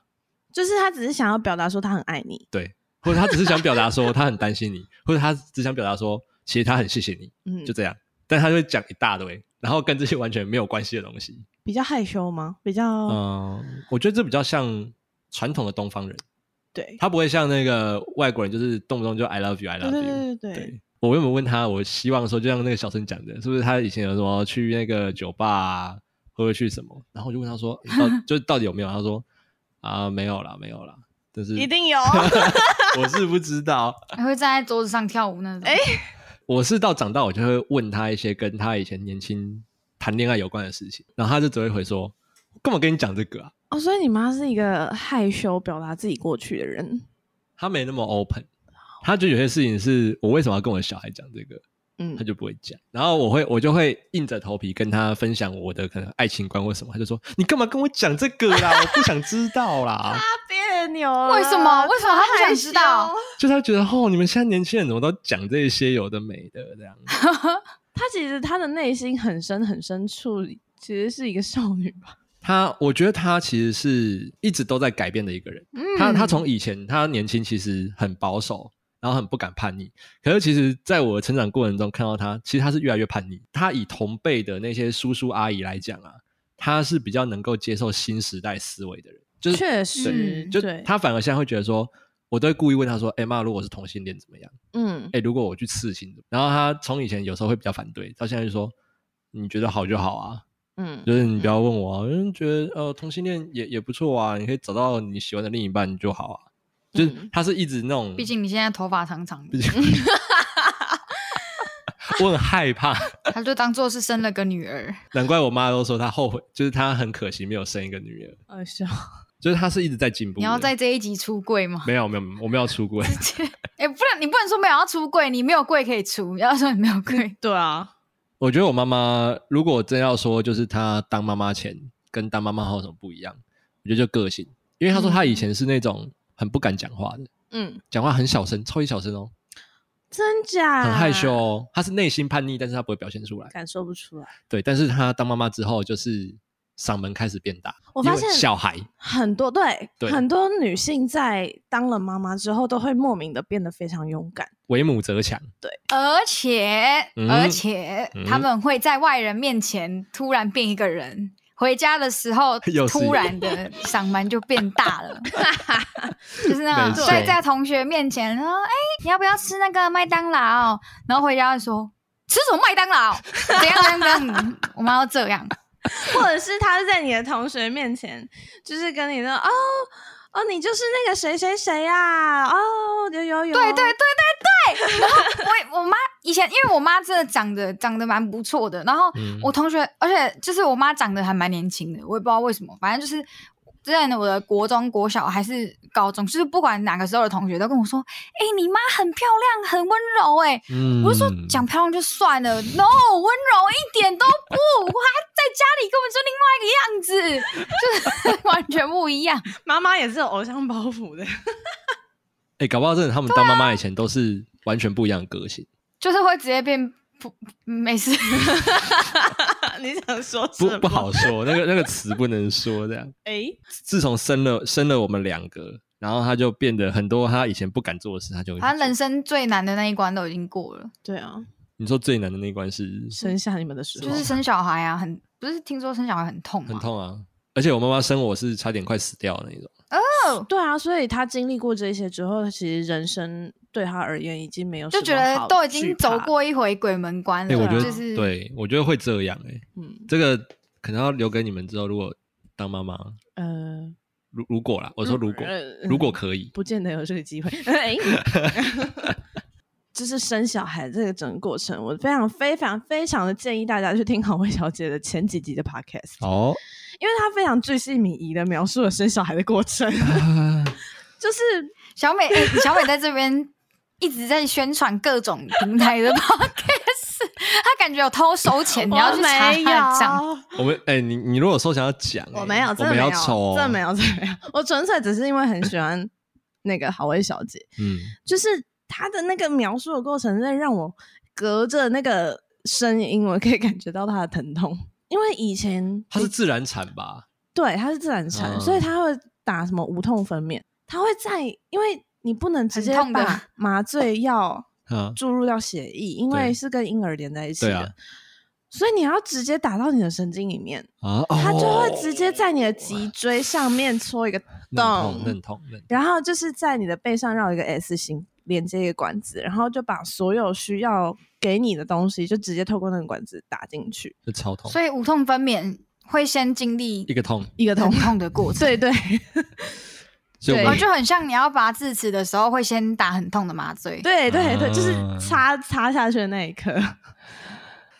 [SPEAKER 3] 就是他只是想要表达说他很爱你，
[SPEAKER 2] 对，或者她只是想表达说她很担心你，或者她只想表达说其实她很谢谢你，
[SPEAKER 3] 嗯，
[SPEAKER 2] 就这样。但她就会讲一大堆，然后跟这些完全没有关系的东西。
[SPEAKER 3] 比较害羞吗？比较、哦
[SPEAKER 2] 嗯，我觉得这比较像传统的东方人，
[SPEAKER 3] 对，
[SPEAKER 2] 他不会像那个外国人，就是动不动就 I love you，I
[SPEAKER 3] 对
[SPEAKER 2] love you
[SPEAKER 3] 对对对对，
[SPEAKER 2] 我原本问他，我希望说，就像那个小生讲的，是不是他以前有什么去那个酒吧、啊，或者去什么？然后我就问他说，到就是到底有没有？他说啊，没有啦，没有啦，但是
[SPEAKER 3] 一 定有。
[SPEAKER 2] 我是不知道，
[SPEAKER 1] 还会站在桌子上跳舞那种。哎，
[SPEAKER 2] 我是到长大我就会问他一些跟他以前年轻谈恋爱有关的事情，然后他就只会回说，干嘛跟你讲这个啊？
[SPEAKER 3] 哦，所以你妈是一个害羞表达自己过去的人。
[SPEAKER 2] 他没那么 open，他就有些事情是我为什么要跟我小孩讲这个，
[SPEAKER 3] 嗯
[SPEAKER 2] 他，就不会讲。然后我会我就会硬着头皮跟他分享我的可能爱情观或什么，他就说你干嘛跟我讲这个啦，我不想知道啦。
[SPEAKER 3] 别扭了
[SPEAKER 1] 为什么为什么她不想知道
[SPEAKER 3] 太害羞
[SPEAKER 2] 就是他觉得哦，你们现在年轻人怎么都讲这些有的没的这样。
[SPEAKER 3] 她其实她的内心很深很深处，其实是一个少女吧。
[SPEAKER 2] 他我觉得他其实是一直都在改变的一个
[SPEAKER 1] 嗯
[SPEAKER 2] 人。他他从以前他年轻其实很保守，然后很不敢叛逆。可是其实在我的成长过程中看到他，其实他是越来越叛逆。他以同辈的那些叔叔阿姨来讲啊，他是比较能够接受新时代思维的人，就是
[SPEAKER 3] 确实，
[SPEAKER 1] 嗯
[SPEAKER 2] 就
[SPEAKER 3] 对，
[SPEAKER 2] 他反而现在会觉得说。我都会故意问他说：“哎、妈，如果我是同性恋怎么样？
[SPEAKER 3] 嗯
[SPEAKER 2] 哎、如果我去刺青怎么样，然后他从以前有时候会比较反对，到现在就说你觉得好就好啊，
[SPEAKER 3] 嗯，
[SPEAKER 2] 就是你不要问我、啊，因为觉得呃同性恋也也不错啊，你可以找到你喜欢的另一半就好啊。就是
[SPEAKER 3] 嗯
[SPEAKER 2] 他是一直那种，
[SPEAKER 1] 毕竟你现在头发长长的，
[SPEAKER 2] 我很害怕，
[SPEAKER 1] 他就当做是生了个女儿。
[SPEAKER 2] 难怪我妈都说她后悔，就是她很可惜没有生一个女儿，
[SPEAKER 3] 呃，是哦，
[SPEAKER 2] 就是她是一直在进步的。
[SPEAKER 1] 你要在这一集出柜吗？
[SPEAKER 2] 没有没有，我没有出轨，
[SPEAKER 1] 哎，不能，你不能说没有要出柜，你没有柜可以出，要说你没有柜，
[SPEAKER 3] 对啊，
[SPEAKER 2] 我觉得我妈妈，如果真要说，就是她当妈妈前跟当妈妈后有什么不一样，我觉得就个性，因为她说她以前是那种很不敢讲话的，
[SPEAKER 3] 嗯，
[SPEAKER 2] 讲话很小声，超级小声哦，
[SPEAKER 3] 真假？
[SPEAKER 1] 啊
[SPEAKER 2] 很害羞、，哦，他是内心叛逆，但是他不会表现出来。
[SPEAKER 3] 感受不出来。
[SPEAKER 2] 对，但是他当妈妈之后，就是嗓门开始变大。
[SPEAKER 3] 我
[SPEAKER 2] 因
[SPEAKER 3] 发
[SPEAKER 2] 为
[SPEAKER 3] 现
[SPEAKER 2] 小孩
[SPEAKER 3] 很多对
[SPEAKER 2] 对
[SPEAKER 3] 很多女性在当了妈妈之后，都会莫名的变得非常勇敢。
[SPEAKER 2] 为母则强，
[SPEAKER 1] 啊而且、
[SPEAKER 2] 嗯
[SPEAKER 1] 而且、
[SPEAKER 2] 嗯
[SPEAKER 1] 他们会在外人面前突然变一个人，回家的时候
[SPEAKER 2] 又是一个
[SPEAKER 1] 突然的嗓门就变大 了，就是那
[SPEAKER 2] 没
[SPEAKER 1] 种
[SPEAKER 2] 错
[SPEAKER 1] 所以在同学面前说：“哎、你要不要吃那个麦当劳？”然后回家就说：“吃什么麦当劳？ 怎样怎样？怎样我们要这样。”
[SPEAKER 3] 或者是他是在你的同学面前，就是跟你说哦哦，你就是那个谁谁谁呀、哦有有有，
[SPEAKER 1] 对对对对对。然后我我妈以前，因为我妈真的长得长得蛮不错的，然后
[SPEAKER 2] 嗯
[SPEAKER 1] 我同学，而且就是我妈长得还蛮年轻的，我也不知道为什么，反正就是。之前的我的国中、国小还是高中，就是不管哪个时候的同学都跟我说：“哎、你妈很漂亮，很温柔、欸。”哎、
[SPEAKER 2] 嗯
[SPEAKER 1] 我就说讲漂亮就算了，no，温柔一点都不，她在家里根本就另外一个样子，就是 完全不一样。
[SPEAKER 3] 妈妈也是有偶像包袱的，
[SPEAKER 2] 哎、搞不好真的他们当妈
[SPEAKER 1] 啊
[SPEAKER 2] 妈以前都是完全不一样的个性，
[SPEAKER 1] 就是会直接变不没事，
[SPEAKER 3] 你想说什
[SPEAKER 2] 不
[SPEAKER 3] 么
[SPEAKER 2] 不好说，那个那个词不能说这样。
[SPEAKER 3] 哎，
[SPEAKER 2] 自从生了生了我们两个，然后他就变得很多他以前不敢做的事，他就会去
[SPEAKER 1] 好像
[SPEAKER 2] 做
[SPEAKER 1] 人生最难的那一关都已经过了，
[SPEAKER 3] 对啊，
[SPEAKER 2] 你说最难的那一关是哦
[SPEAKER 3] 生下你们的时候，
[SPEAKER 1] 就是生小孩啊，很不是听说生小孩很痛吗？
[SPEAKER 2] 很痛啊，而且我妈妈生我是差点快死掉的那种。
[SPEAKER 3] 对啊，所以他经历过这些之后，其实人生对他而言已经没有什
[SPEAKER 1] 就
[SPEAKER 3] 么
[SPEAKER 1] 觉得
[SPEAKER 3] 好
[SPEAKER 1] 都已
[SPEAKER 3] 惧
[SPEAKER 1] 经
[SPEAKER 3] 怕
[SPEAKER 1] 走，过一回鬼门关
[SPEAKER 2] 哎、
[SPEAKER 1] 了，
[SPEAKER 2] 我
[SPEAKER 3] 啊
[SPEAKER 2] 觉得、
[SPEAKER 1] 就是
[SPEAKER 2] 对我觉得会这样哎、
[SPEAKER 3] 嗯
[SPEAKER 2] 这个可能要留给你们之后，如果当妈妈，
[SPEAKER 3] 呃，
[SPEAKER 2] 如如果啦，我说如果、
[SPEAKER 3] 呃
[SPEAKER 2] 如果可以，
[SPEAKER 3] 不见得有这个机会。 哎就是生小孩这个整个过程，我非常非常非常的建议大家去听好薇小姐的前几集的 podcast，、
[SPEAKER 2] 哦，
[SPEAKER 3] 因为她非常巨细靡遗的描述了生小孩的过程，
[SPEAKER 2] 啊
[SPEAKER 3] 就是
[SPEAKER 1] 小美、哎小美在这边一直在宣传各种平台的 podcast，她感觉有偷收钱，你要去查
[SPEAKER 3] 我没
[SPEAKER 1] 她的账。
[SPEAKER 3] 有，
[SPEAKER 2] 我们哎、你你如果说想要讲欸、
[SPEAKER 3] 嗯我没有，
[SPEAKER 2] 我
[SPEAKER 3] 真
[SPEAKER 2] 们
[SPEAKER 3] 的没
[SPEAKER 2] 要
[SPEAKER 3] 有，
[SPEAKER 2] 抽、哦，
[SPEAKER 3] 真的没，有，真的没有，我纯粹只是因为很喜欢那个好薇小姐，
[SPEAKER 2] 嗯，
[SPEAKER 3] 就是他的那个描述的过程，真的让我隔着那个声音，我可以感觉到他的疼痛。因为以前
[SPEAKER 2] 它是自然产吧？
[SPEAKER 3] 对他是自然产，
[SPEAKER 2] 嗯
[SPEAKER 3] 所以他会打什么无痛分娩，他会在因为你不能直接
[SPEAKER 1] 很痛的
[SPEAKER 3] 把 麻醉药
[SPEAKER 2] 啊，
[SPEAKER 3] 注入到血液，因为
[SPEAKER 2] 对
[SPEAKER 3] 是跟婴儿连在一起
[SPEAKER 2] 对
[SPEAKER 3] 的，
[SPEAKER 2] 啊
[SPEAKER 3] 所以你要直接打到你的神经里面，
[SPEAKER 2] 啊，
[SPEAKER 3] 它就会
[SPEAKER 2] 哦
[SPEAKER 3] 直接在你的脊椎上面戳一个
[SPEAKER 2] 嫩
[SPEAKER 3] 洞
[SPEAKER 2] 痛，嫩痛，嫩痛。
[SPEAKER 3] 然后就是在你的背上绕一个 S 型连接一个管子，然后就把所有需要给你的东西就直接透过那个管子打进去，
[SPEAKER 2] 就超痛，
[SPEAKER 1] 所以无痛分娩会先经历
[SPEAKER 2] 一个痛，
[SPEAKER 3] 一个
[SPEAKER 1] 疼
[SPEAKER 3] 痛。
[SPEAKER 1] 痛的 过程，
[SPEAKER 3] 对对，
[SPEAKER 2] 所以
[SPEAKER 3] 对
[SPEAKER 1] 哦，
[SPEAKER 2] 我们
[SPEAKER 1] 就很像你要拔智齿的时候会先打很痛的麻醉。
[SPEAKER 3] 对对对，就是
[SPEAKER 2] 啊
[SPEAKER 3] 插插下去的那一刻。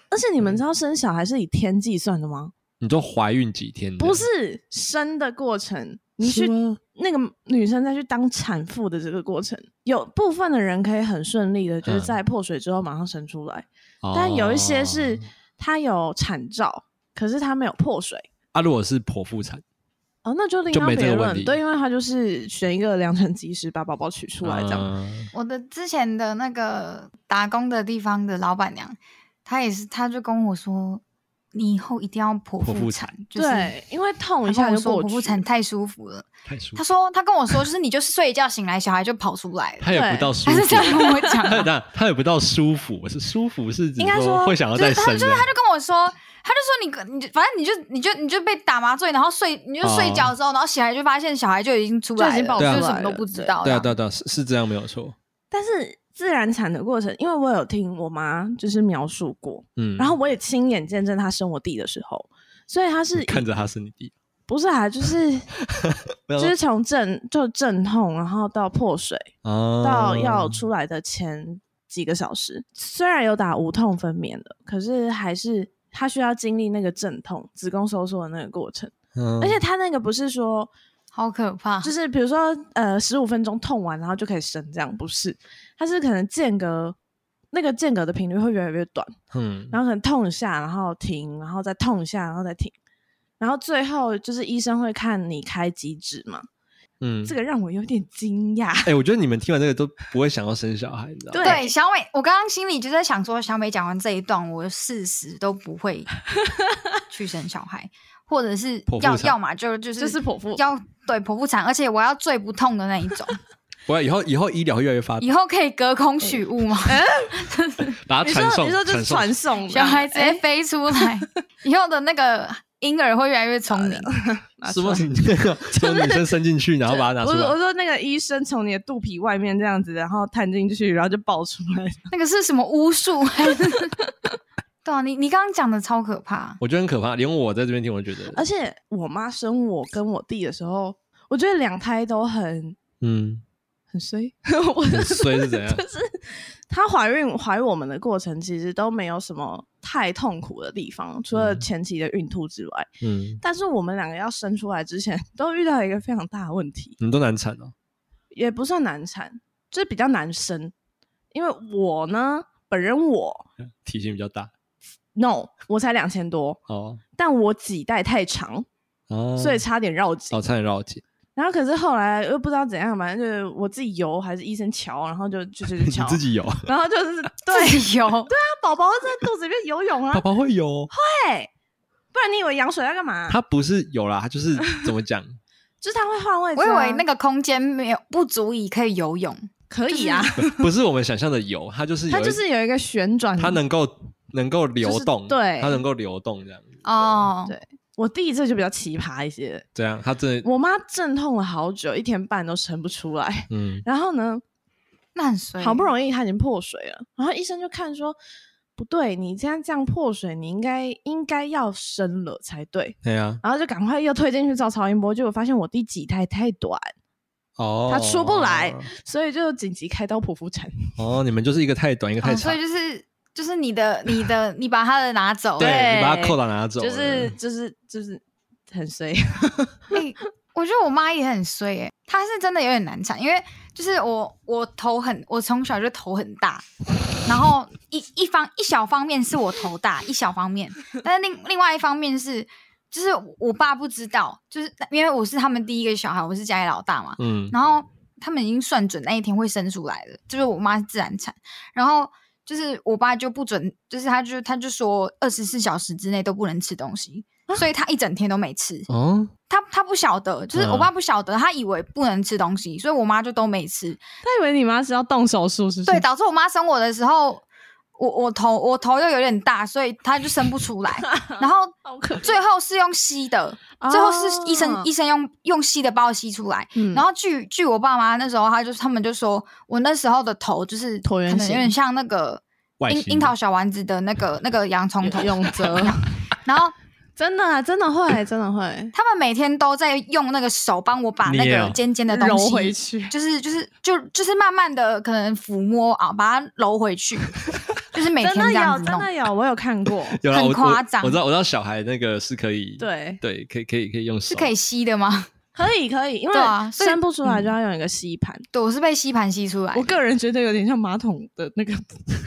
[SPEAKER 3] 而且你们知道生小孩是以天计算的吗？
[SPEAKER 2] 你就怀孕几天的？
[SPEAKER 3] 不是生的过程，你
[SPEAKER 2] 是
[SPEAKER 3] 去
[SPEAKER 2] 吗？
[SPEAKER 3] 那个女生再去当产妇的这个过程，有部分的人可以很顺利的，就是
[SPEAKER 2] 嗯
[SPEAKER 3] 在破水之后马上生出来，但有一些是
[SPEAKER 2] 哦
[SPEAKER 3] 她有产兆，可是她没有破水。
[SPEAKER 2] 啊，如果是剖腹产，
[SPEAKER 3] 哦，那就另
[SPEAKER 2] 就
[SPEAKER 3] 当
[SPEAKER 2] 没这
[SPEAKER 3] 别
[SPEAKER 2] 个问
[SPEAKER 3] 论。
[SPEAKER 2] 题
[SPEAKER 3] 对，因为他就是选一个良辰吉时把宝宝取出来这样。
[SPEAKER 2] 嗯
[SPEAKER 1] 我的之前的那个打工的地方的老板娘，她也是，她就跟我说，你以后一定要剖
[SPEAKER 2] 剖腹
[SPEAKER 1] 腹
[SPEAKER 2] 产
[SPEAKER 1] 产，就是
[SPEAKER 3] 对，因为痛
[SPEAKER 1] 她跟
[SPEAKER 3] 一下
[SPEAKER 1] 我
[SPEAKER 3] 就
[SPEAKER 1] 说
[SPEAKER 3] 过
[SPEAKER 1] 剖
[SPEAKER 3] 去
[SPEAKER 1] 腹产太舒服 了。
[SPEAKER 2] 太舒
[SPEAKER 1] 她
[SPEAKER 2] 服，
[SPEAKER 1] 说，她跟我说，就是你就是睡一觉醒来，小孩就跑出来了。
[SPEAKER 2] 他也
[SPEAKER 3] 对
[SPEAKER 2] 不到舒
[SPEAKER 1] 她是
[SPEAKER 2] 服
[SPEAKER 1] 这，样跟我讲
[SPEAKER 2] 他
[SPEAKER 1] 的，
[SPEAKER 2] 那他也不到舒服，是舒服是指
[SPEAKER 3] 应该
[SPEAKER 2] 说
[SPEAKER 3] 说
[SPEAKER 2] 会想要
[SPEAKER 1] 就
[SPEAKER 2] 再
[SPEAKER 1] 是她
[SPEAKER 2] 生
[SPEAKER 1] 就是
[SPEAKER 2] 的
[SPEAKER 1] 她就跟我说，她就说你你反正你就你就你就被打麻醉，然后睡你就睡觉之后，然后醒来就发现小孩就已经出
[SPEAKER 3] 啊就已
[SPEAKER 1] 来
[SPEAKER 3] 经
[SPEAKER 1] 了，
[SPEAKER 3] 跑
[SPEAKER 1] 就
[SPEAKER 2] 出
[SPEAKER 1] 是
[SPEAKER 3] 来
[SPEAKER 1] 什么都
[SPEAKER 3] 了
[SPEAKER 1] 不知
[SPEAKER 3] 对
[SPEAKER 1] 道。
[SPEAKER 2] 对啊对啊对啊，是是这样没有错，
[SPEAKER 3] 但是自然产的过程，因为我有听我妈就是描述过，
[SPEAKER 2] 嗯，
[SPEAKER 3] 然后我也亲眼见证她生我弟的时候，所以她是
[SPEAKER 2] 看着他是你弟，
[SPEAKER 3] 不是啊，就是
[SPEAKER 2] 没有
[SPEAKER 3] 就是从阵就阵痛，然后到破水，
[SPEAKER 2] 哦
[SPEAKER 3] 到要出来的前几个小时，虽然有打无痛分娩的，可是还是她需要经历那个阵痛、子宫收缩的那个过程。
[SPEAKER 2] 嗯，
[SPEAKER 3] 而且他那个不是说，
[SPEAKER 1] 好可
[SPEAKER 2] 啊
[SPEAKER 1] 怕！
[SPEAKER 3] 就是比如说呃十五分钟痛完然后就可以生这样，不是，它是可能间隔那个间隔的频率会越来越短，
[SPEAKER 2] 嗯，
[SPEAKER 3] 然后可能痛一下，然后停，然后再痛一下，然后再停，然后最后就是医生会看你开几指嘛，
[SPEAKER 2] 嗯，
[SPEAKER 3] 这个让我有点惊讶。
[SPEAKER 2] 哎、我觉得你们听完这个都不会想要生小孩，你知道吗？
[SPEAKER 3] 对
[SPEAKER 1] 对，小美，我刚刚心里就在想说，小美讲完这一段，我誓死都不 会去生小孩，或者是
[SPEAKER 2] 剖腹
[SPEAKER 1] 要
[SPEAKER 2] 产
[SPEAKER 1] 要么就就是
[SPEAKER 3] 就是剖腹
[SPEAKER 1] 要对剖腹产，而且我要最不痛的那一 种，
[SPEAKER 2] 不然以后以后医疗会越来越发达，
[SPEAKER 1] 以后可以隔空取物吗？
[SPEAKER 2] 把它
[SPEAKER 3] 你
[SPEAKER 2] 啊传
[SPEAKER 3] 说
[SPEAKER 2] 送，
[SPEAKER 3] 你说就是
[SPEAKER 2] 送
[SPEAKER 3] 传送
[SPEAKER 1] 小孩直
[SPEAKER 3] 子，
[SPEAKER 1] 接飞出来， 以后的那个婴儿会越来越聪明。
[SPEAKER 3] 拿
[SPEAKER 2] 是
[SPEAKER 3] 出
[SPEAKER 2] 不
[SPEAKER 3] 来
[SPEAKER 2] 是你这个 从女生伸进去，然后把它拿出
[SPEAKER 3] 我啊说我
[SPEAKER 2] 来？
[SPEAKER 3] 说那个医生从你的肚皮外面这样子，然后探进去，然后就爆出来。
[SPEAKER 2] 嗯
[SPEAKER 1] 那个是什么巫术？ 对啊，你你刚刚讲的超可怕。
[SPEAKER 2] 我觉得很可怕，连我在这边听，我都觉得
[SPEAKER 3] 而，且我妈生我跟我弟的时候，我觉得两胎都很
[SPEAKER 2] 嗯，
[SPEAKER 3] 很衰， 我
[SPEAKER 2] 很衰是怎样？
[SPEAKER 3] 就是 她怀孕怀我们的过程，其实都没有什么太痛苦的地方，除了
[SPEAKER 2] 嗯
[SPEAKER 3] 前期的孕吐之外。
[SPEAKER 2] 嗯，
[SPEAKER 3] 但是我们两个要生出来之前， 都遇到一个非常大的问题，
[SPEAKER 2] 你们都难产哦。
[SPEAKER 3] 也不算难产，就是比较难生。因为我呢，本人我
[SPEAKER 2] 体型比较大
[SPEAKER 3] no，我才两千多，
[SPEAKER 2] 哦，
[SPEAKER 3] 但我脐带太长，
[SPEAKER 2] 哦，
[SPEAKER 3] 所以差点绕颈。
[SPEAKER 2] 哦，差点绕颈，
[SPEAKER 3] 然后可是后来又不知道怎样，反正就是我自己游还是医生瞧，然后就就就
[SPEAKER 2] 你
[SPEAKER 3] 就瞧，
[SPEAKER 2] 自己有，
[SPEAKER 3] 然后就是 对，
[SPEAKER 1] 自己游，
[SPEAKER 3] 那宝宝在肚子里面游泳啊
[SPEAKER 2] 宝，宝会有哦，
[SPEAKER 3] 对，不然你以为羊水要干嘛？
[SPEAKER 2] 他不是有啦，他就是怎么 讲？
[SPEAKER 3] 就是它会换位置
[SPEAKER 1] 我
[SPEAKER 3] 啊、
[SPEAKER 1] 以为那个空间没有不足以可以游泳，
[SPEAKER 3] 可以啊，
[SPEAKER 2] 不是我们想象的有，它就是
[SPEAKER 3] 它
[SPEAKER 2] 有一
[SPEAKER 3] 就是有一个旋转，
[SPEAKER 2] 它能够能够流动，
[SPEAKER 3] 就是对
[SPEAKER 2] 它能够流动这样子
[SPEAKER 1] 哦
[SPEAKER 3] 对，我弟这就比较奇葩一些，
[SPEAKER 2] 这样它真的
[SPEAKER 3] 我妈阵痛了好久，一天半都生不出来。
[SPEAKER 2] 嗯
[SPEAKER 3] 然后呢，
[SPEAKER 1] 那很衰。
[SPEAKER 3] 好不
[SPEAKER 1] 易，
[SPEAKER 3] 容易她已经破水了，然后医生就看说，不对，你这样这样破水，你应该应该要生了才对。
[SPEAKER 2] 对啊呀
[SPEAKER 3] 然后就赶快又推进去照超音波，结果发现我第几胎太短，
[SPEAKER 2] 哦，
[SPEAKER 3] 他出不来所以就紧急开刀剖腹产。
[SPEAKER 2] 哦，你们就是一个太短一个太
[SPEAKER 1] 哦、所
[SPEAKER 2] 长
[SPEAKER 1] 以，就是就是你的你的你把他的拿走，
[SPEAKER 2] 对
[SPEAKER 3] 对
[SPEAKER 2] 你把它扣打拿走了，
[SPEAKER 3] 就是就是就是很衰，
[SPEAKER 1] 欸我觉得我妈也很衰哎、她是真的有点难产，因为就是我我头很，我从小就头很大，然后一一方一小方面是我头大，一小方面，但是另另外一方面是。就是我爸不知道，就是因为我是他们第一个小孩，我是家里老大嘛，
[SPEAKER 2] 嗯
[SPEAKER 1] 然后他们已经算准那一天会生出来了，就是我妈是自然产，然后就是我爸就不准，就是他就他就说二十四小时之内都不能吃东西，所以他一整天都没吃。
[SPEAKER 2] 哦，
[SPEAKER 1] 他他不晓得，就是
[SPEAKER 2] 嗯
[SPEAKER 1] 我爸不晓得，他以为不能吃东西，所以我妈就都没吃。
[SPEAKER 3] 他以为你妈是要动手术，是不是？
[SPEAKER 1] 对，导致我妈生我的时候，我我头我头又有点大，所以她就生不出 来。然后
[SPEAKER 3] 好可
[SPEAKER 1] 最后是用吸的，
[SPEAKER 3] 哦
[SPEAKER 1] 最后是医生、医生用用吸的把我吸出来。
[SPEAKER 3] 嗯
[SPEAKER 1] 然后据据我爸妈那时候，他就他们就说我那时候的头就是
[SPEAKER 3] 椭圆
[SPEAKER 1] 可能有
[SPEAKER 3] 形
[SPEAKER 1] 点像那个
[SPEAKER 2] 外
[SPEAKER 1] 樱
[SPEAKER 2] 形
[SPEAKER 1] 樱桃小丸子的那个那个洋葱头。
[SPEAKER 3] 永泽，
[SPEAKER 1] 然后
[SPEAKER 3] 真的啊真的 会，真的会
[SPEAKER 1] 他们每天都在用那个手帮我把那
[SPEAKER 2] 捏
[SPEAKER 1] 个
[SPEAKER 2] 哦
[SPEAKER 1] 尖尖的东
[SPEAKER 3] 揉
[SPEAKER 1] 西
[SPEAKER 3] 回去。
[SPEAKER 1] 就是就是就就是慢慢的可能抚摸啊，把它揉回去，就是每天
[SPEAKER 3] 真的
[SPEAKER 1] 这
[SPEAKER 3] 有，
[SPEAKER 1] 样子
[SPEAKER 3] 真
[SPEAKER 1] 弄。
[SPEAKER 3] 的有，我有看 过。
[SPEAKER 2] 有啦
[SPEAKER 1] 很
[SPEAKER 2] 我我
[SPEAKER 1] 夸张
[SPEAKER 2] 我知道我知道小孩那个是可以
[SPEAKER 3] 对，
[SPEAKER 2] 对，可以可以可以用手，
[SPEAKER 1] 是可以吸的吗？
[SPEAKER 3] 可以可以，因为
[SPEAKER 1] 对啊所以
[SPEAKER 3] 生不出来就要用一个吸盘。
[SPEAKER 1] 对，我是被吸盘吸出来的。
[SPEAKER 3] 我个人觉得有点像马桶的那个，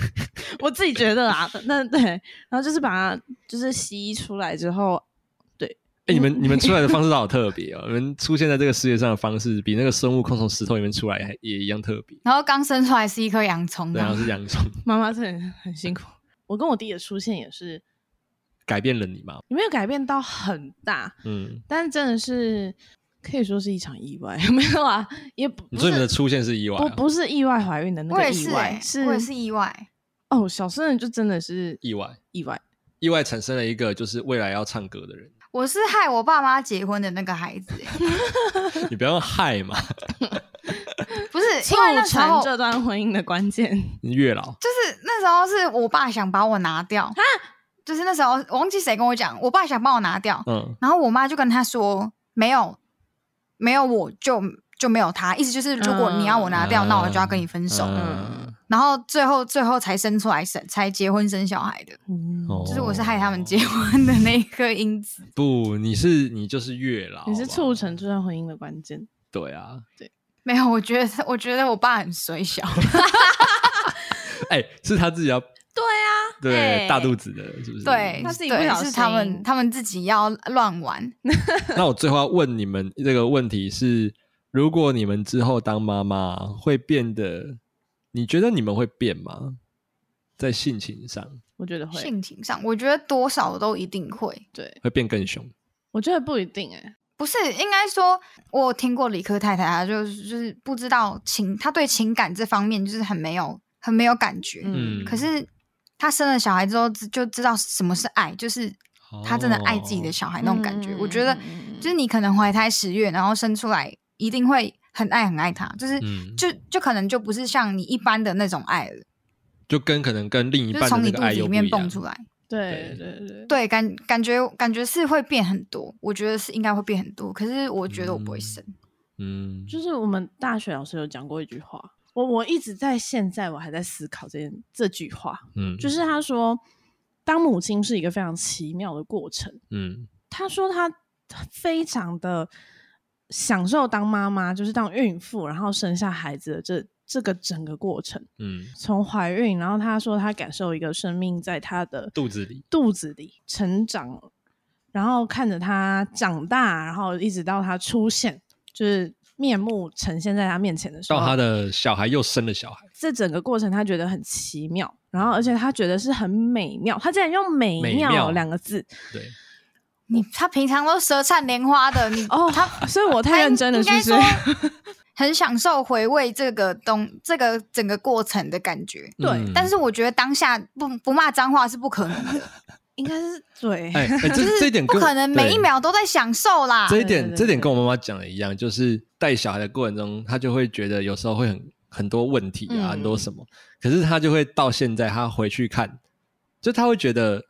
[SPEAKER 3] 我自己觉得啊，那对，然后就是把它就是吸出来之后，
[SPEAKER 2] 哎、你们你们出来的方式都好特别哦！你们出现在这个世界上的方式，比那个孙悟空从石头里面出来还也一样特别。
[SPEAKER 1] 然后刚生出来是一颗洋葱
[SPEAKER 2] 对啊，
[SPEAKER 1] 嘛，
[SPEAKER 2] 是洋葱
[SPEAKER 3] 妈妈是很很辛苦。我跟我弟的出现也是，
[SPEAKER 2] 改变了你嘛？
[SPEAKER 3] 也没有改变到很大，
[SPEAKER 2] 嗯，
[SPEAKER 3] 但是真的是可以说是一场意外， 没有啊，也不不
[SPEAKER 2] 所以你们的
[SPEAKER 3] 是
[SPEAKER 2] 出现是意外、
[SPEAKER 3] 不
[SPEAKER 2] 啊，
[SPEAKER 3] 不是意外怀孕的那
[SPEAKER 1] 我
[SPEAKER 3] 个
[SPEAKER 1] 也
[SPEAKER 3] 意
[SPEAKER 1] 是、
[SPEAKER 3] 外
[SPEAKER 1] 欸，，我也是意外。
[SPEAKER 3] 哦，小生人就真的是
[SPEAKER 2] 意外，
[SPEAKER 3] 意外，
[SPEAKER 2] 意外产生了一个就是未来要唱歌 的人。
[SPEAKER 1] 我是害我爸妈结婚的那个孩子、欸，
[SPEAKER 2] 你不要用害嘛，
[SPEAKER 1] 不 是
[SPEAKER 3] 促
[SPEAKER 1] 因呃为那时
[SPEAKER 3] 成
[SPEAKER 1] 候
[SPEAKER 3] 这段婚姻的关键。
[SPEAKER 2] 你月老
[SPEAKER 1] 就是那时候是我爸想把我拿掉，就是那时候我忘记谁跟我讲，我爸想把我拿掉，
[SPEAKER 2] 嗯
[SPEAKER 1] 然后我妈就跟他说：“没有，没有我就就没有他。”意思就是，如果你要我拿掉，
[SPEAKER 2] 嗯
[SPEAKER 1] 那我就要跟你分手。
[SPEAKER 2] 嗯
[SPEAKER 1] 然后最后最后才生出来生才结婚生小孩的，
[SPEAKER 2] 哦
[SPEAKER 1] 就是我是害他们结婚的那一颗因子。
[SPEAKER 2] 不，你是你就是月老，
[SPEAKER 3] 你是
[SPEAKER 2] 好不好
[SPEAKER 3] 促成这段婚姻的关键。
[SPEAKER 2] 对啊。
[SPEAKER 1] 没有，我觉得我觉得我爸很水 小，
[SPEAKER 2] 哎、是他自己要
[SPEAKER 3] 对啊，
[SPEAKER 2] 对、
[SPEAKER 3] 哎
[SPEAKER 2] 大肚子的，是不是？
[SPEAKER 1] 对，
[SPEAKER 3] 他自己不
[SPEAKER 1] 对
[SPEAKER 3] 小
[SPEAKER 1] 是他们
[SPEAKER 3] 心
[SPEAKER 1] 他们自己要乱玩。
[SPEAKER 2] 那我最后要问你们这个问题是：如果你们之后当妈妈会变得，你觉得你们会变吗？在性情上
[SPEAKER 3] 我觉得会，
[SPEAKER 1] 性情上，我觉得多少都一定会。
[SPEAKER 3] 对，
[SPEAKER 2] 会变更凶？
[SPEAKER 3] 我觉得不一定哎、
[SPEAKER 1] 不是，应该说，我有听过理科太太，她就是就是不知道情，她对情感这方面就是很没有很没有感觉。
[SPEAKER 3] 嗯
[SPEAKER 1] 可是她生了小孩之后，知就知道什么是爱，就是她真的爱自己的
[SPEAKER 2] 哦
[SPEAKER 1] 小孩那种感觉。我觉得
[SPEAKER 3] 嗯嗯嗯嗯嗯
[SPEAKER 1] 就是你可能怀胎十月，然后生出来，一定会很爱很爱他，就是、
[SPEAKER 2] 嗯
[SPEAKER 1] 就就可能就不是像你一般的那种爱了，
[SPEAKER 2] 就跟可能跟另一
[SPEAKER 1] 就
[SPEAKER 2] 半
[SPEAKER 1] 是
[SPEAKER 2] 的
[SPEAKER 1] 从
[SPEAKER 2] 那
[SPEAKER 1] 你
[SPEAKER 2] 个
[SPEAKER 1] 肚
[SPEAKER 2] 爱
[SPEAKER 1] 子
[SPEAKER 2] 又
[SPEAKER 1] 里
[SPEAKER 2] 不
[SPEAKER 1] 面
[SPEAKER 2] 一样
[SPEAKER 1] 蹦出来。
[SPEAKER 3] 对对对，
[SPEAKER 1] 对，感感觉感觉是会变很多，我觉得是应该会变很多，可是我觉得我不会
[SPEAKER 2] 嗯
[SPEAKER 1] 生。
[SPEAKER 2] 嗯，
[SPEAKER 3] 就是我们大学老师有讲过一句话，我我一直在现在我还在思考这件这句话，
[SPEAKER 2] 嗯
[SPEAKER 3] 就是他说，当母亲是一个非常奇妙的过程。
[SPEAKER 2] 嗯
[SPEAKER 3] 他说他非常的享受当妈妈，就是当孕妇，然后生下孩子的这这个整个过程，
[SPEAKER 2] 嗯，
[SPEAKER 3] 从怀孕，然后他说他感受一个生命在他的
[SPEAKER 2] 肚子里
[SPEAKER 3] 肚子里成长，然后看着他长大，然后一直到他出现，就是面目呈现在他面前的
[SPEAKER 1] 哦
[SPEAKER 3] 时候，
[SPEAKER 2] 到他的小孩又生了小孩，
[SPEAKER 3] 这整个过程他觉得很奇妙，然后而且他觉得是很美妙，他竟然用美
[SPEAKER 2] 美
[SPEAKER 3] 妙
[SPEAKER 2] 妙
[SPEAKER 3] 两个字
[SPEAKER 2] 对，
[SPEAKER 1] 你他平常都舌灿莲花的，你
[SPEAKER 3] 哦，
[SPEAKER 1] 他
[SPEAKER 3] 所以我太认真了，是不是？
[SPEAKER 1] 是？很享受回味这个东这个整个过程的感觉。
[SPEAKER 3] 对
[SPEAKER 2] 嗯
[SPEAKER 1] 但是我觉得当下不不骂脏话是不可能的，
[SPEAKER 3] 应该是对，
[SPEAKER 2] 哎哎，这这一点
[SPEAKER 1] 不
[SPEAKER 2] 跟
[SPEAKER 1] 可能每一
[SPEAKER 2] 对
[SPEAKER 1] 秒都在享受啦。
[SPEAKER 2] 这一
[SPEAKER 3] 对
[SPEAKER 2] 点，
[SPEAKER 3] 对
[SPEAKER 2] 这一点
[SPEAKER 3] 对
[SPEAKER 2] 跟我妈妈讲的一样，就是带小孩的过程中，她就会觉得有时候会很很多问题啊，
[SPEAKER 3] 嗯
[SPEAKER 2] 很多什么，可是她就会到现在，她回去看，就她会觉得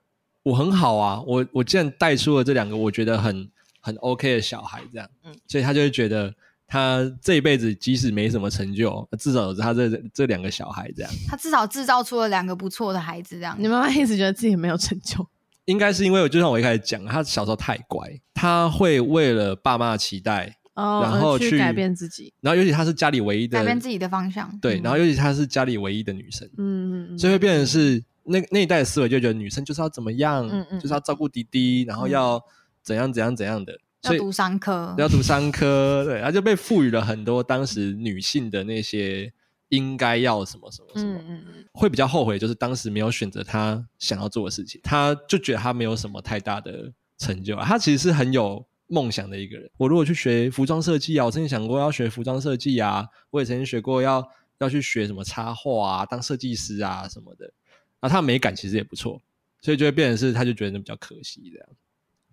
[SPEAKER 2] 我很好啊，我我既然带出了这两个我觉得很很 OK 的小孩，这样，
[SPEAKER 3] 嗯
[SPEAKER 2] 所以她就会觉得她这一辈子即使没什么成就，至少有她这这两个小孩这样，
[SPEAKER 1] 他至少制造出了两个不错的孩子，这样
[SPEAKER 3] 你妈妈一直觉得自己没有成就，
[SPEAKER 2] 应该是因为我就像我一开始讲，她小时候太乖，她会为了爸妈的期待。
[SPEAKER 3] 哦
[SPEAKER 2] 然后
[SPEAKER 3] 而去
[SPEAKER 2] 去
[SPEAKER 3] 改变自己，
[SPEAKER 2] 然后，尤其她是家里唯一的
[SPEAKER 1] 改变自己的方向。
[SPEAKER 2] 对，然后尤其她是家里唯一的女生，
[SPEAKER 3] 嗯，嗯
[SPEAKER 2] 所以会变成是那那一代的思维就觉得女生就是要怎么样，
[SPEAKER 3] 嗯嗯
[SPEAKER 2] 就是要照顾弟弟，然后要怎样怎样怎样的，
[SPEAKER 1] 要
[SPEAKER 2] 所以
[SPEAKER 1] 读商科，
[SPEAKER 2] 要读商科，对，她就被赋予了很多当时女性的那些应该要什么什么什么，
[SPEAKER 3] 嗯嗯嗯，
[SPEAKER 2] 会比较后悔就是当时没有选择她想要做的事情，她就觉得她没有什么太大的成就、啊，她其实是很有。梦想的一个人，我如果去学服装设计啊，我曾经想过要学服装设计啊，我也曾经学过要要去学什么插画啊，当设计师啊什么的。然后他美感其实也不错，所以就会变成是他就觉得比较可惜这样。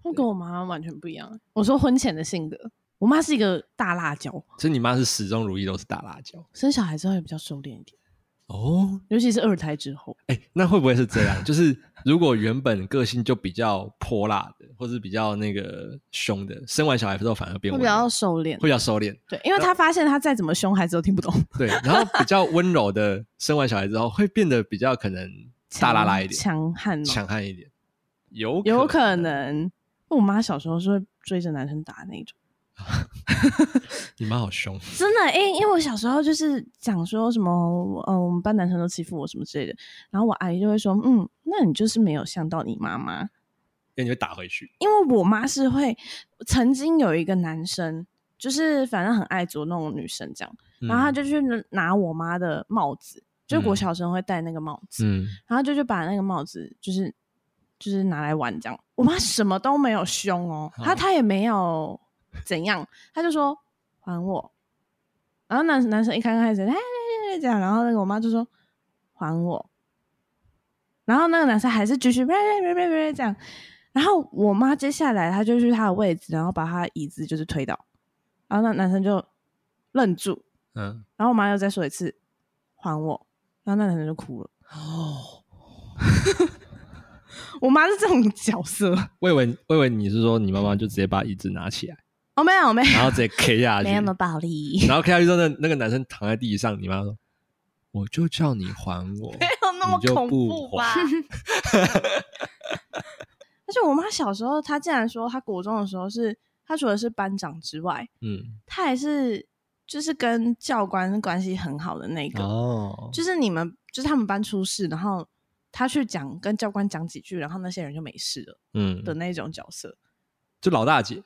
[SPEAKER 3] 我跟我妈完全不一样。我说婚前的性格，我妈是一个大辣椒，
[SPEAKER 2] 所以你妈是始终如一都是大辣椒
[SPEAKER 3] 生小孩之后也比较收敛一点，
[SPEAKER 2] 哦，
[SPEAKER 3] 尤其是二胎之后。
[SPEAKER 2] 哎，那会不会是这样？就是如果原本个性就比较泼辣的，或是比较那个凶的，生完小孩之后反而变
[SPEAKER 3] 会
[SPEAKER 2] 温
[SPEAKER 3] 比较
[SPEAKER 2] 柔，
[SPEAKER 3] 收敛，
[SPEAKER 2] 会比较收敛，
[SPEAKER 3] 对，因为他发现他再怎么凶，孩子都听不懂，
[SPEAKER 2] 对。然后比较温柔的，生完小孩之后会变得比较可能 大
[SPEAKER 3] 强
[SPEAKER 2] 拉拉一点，
[SPEAKER 3] 强悍嘛，
[SPEAKER 2] 强悍一点，有啊
[SPEAKER 3] 有可能。我妈小时候是会追着男生打的那种，
[SPEAKER 2] 你妈好凶，
[SPEAKER 3] 真的，因、因为我小时候就是讲说什么，呃，我们班男生都欺负我什么之类的，然后我阿姨就会说，嗯，那你就是没有像到你妈妈，
[SPEAKER 2] 因为你会打回去。
[SPEAKER 3] 因为我妈是会，曾经有一个男生，就是反正很爱捉弄女生这样，然后他
[SPEAKER 2] 嗯
[SPEAKER 3] 就去拿我妈的帽子，就国
[SPEAKER 2] 嗯
[SPEAKER 3] 小生会戴那个帽子，
[SPEAKER 2] 嗯
[SPEAKER 3] 然后就就把那个帽子就是就是拿来玩这样。我妈什么都没有凶哦，
[SPEAKER 2] 好
[SPEAKER 3] 她她也没有怎样，她就说还我。然后男男生一刚开始哎哎哎哎这样，然后那个我妈就说还我，然后那个男生还是继续别别别别这样。然后我妈接下来她就去她的位置，然后把她椅子就是推倒，然后那男生就愣住，
[SPEAKER 2] 嗯，
[SPEAKER 3] 然后我妈又再说一次还我，然后那男生就哭了。
[SPEAKER 2] 哦，
[SPEAKER 3] 我妈是这种角色。
[SPEAKER 2] 我以为我以为你是说你妈妈就直接把椅子拿起来，
[SPEAKER 3] 哦，没有没
[SPEAKER 2] 然后
[SPEAKER 3] 有
[SPEAKER 2] 直接 K 下去，
[SPEAKER 5] 没那么暴力，
[SPEAKER 2] 然后 K 下去之后，那那个男生躺在地上，你妈说：“我就叫你还我。
[SPEAKER 3] 没有那么
[SPEAKER 2] 你就
[SPEAKER 3] 恐
[SPEAKER 2] 不
[SPEAKER 3] 怖 吧？而且我妈小时候，她竟然说她国中的时候是，她除了是班长之外，”
[SPEAKER 2] 嗯，
[SPEAKER 3] 她还是就是跟教官关系很好的那个，
[SPEAKER 2] 哦，
[SPEAKER 3] 就是你们就是他们班出事，然后她去讲跟教官讲几句，然后那些人就没事了
[SPEAKER 2] 嗯，
[SPEAKER 3] 的那种角色。
[SPEAKER 2] 就老大姐，有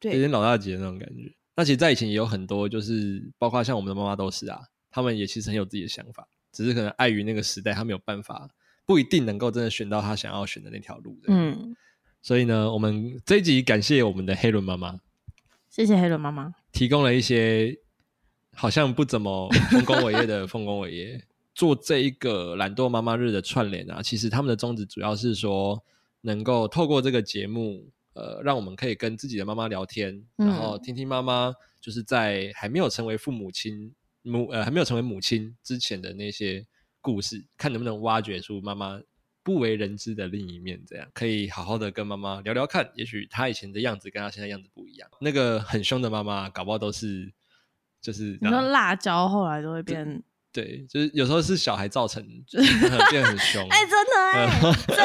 [SPEAKER 3] 对
[SPEAKER 2] 点老大姐那种感觉。那其实，在以前也有很多，就是包括像我们的妈妈都是啊，他们也其实很有自己的想法，只是可能碍于那个时代，他没有办法，不一定能够真的选到他想要选的那条路的。，
[SPEAKER 5] 嗯，
[SPEAKER 2] 所以呢，我们这一集感谢我们的黑伦妈妈，
[SPEAKER 5] 谢谢黑伦妈妈。
[SPEAKER 2] 提供了一些好像不怎么丰功伟业的丰功伟业。做这一个懒惰妈妈日的串联啊，其实他们的宗旨主要是说，能够透过这个节目，呃，让我们可以跟自己的妈妈聊天，
[SPEAKER 5] 嗯
[SPEAKER 2] 然后听听妈妈就是在还没有成为父母亲母呃还没有成为母亲之前的那些故事，看能不能挖掘出妈妈不为人知的另一面，这样可以好好的跟妈妈聊聊看，也许她以前的样子跟她现在样子不一样。那个很凶的妈妈，搞不好都是就是
[SPEAKER 5] 你说
[SPEAKER 2] 啊
[SPEAKER 5] 辣椒后来都会变，
[SPEAKER 2] 对，就是有时候是小孩造 成呃变得很凶。
[SPEAKER 5] 哎、真的哎、
[SPEAKER 2] 呃
[SPEAKER 5] 真的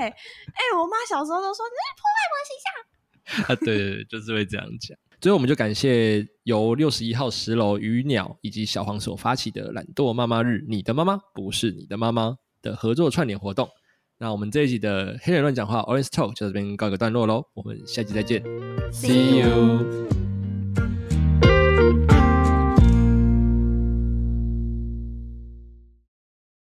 [SPEAKER 5] 哎、哎、我妈小时候都说你在破 坏我形象。
[SPEAKER 2] 啊，对对对，就是会这样讲。最后，我们就感谢由六十一号十楼鱼鸟以及小黄所发起的“懒惰妈妈日”，你的妈妈不是你的妈妈的合作串联活动。那我们这一集的黑人乱讲话 Orange Talk 就到这边告一个段落喽，我们下期再见
[SPEAKER 1] See
[SPEAKER 2] you。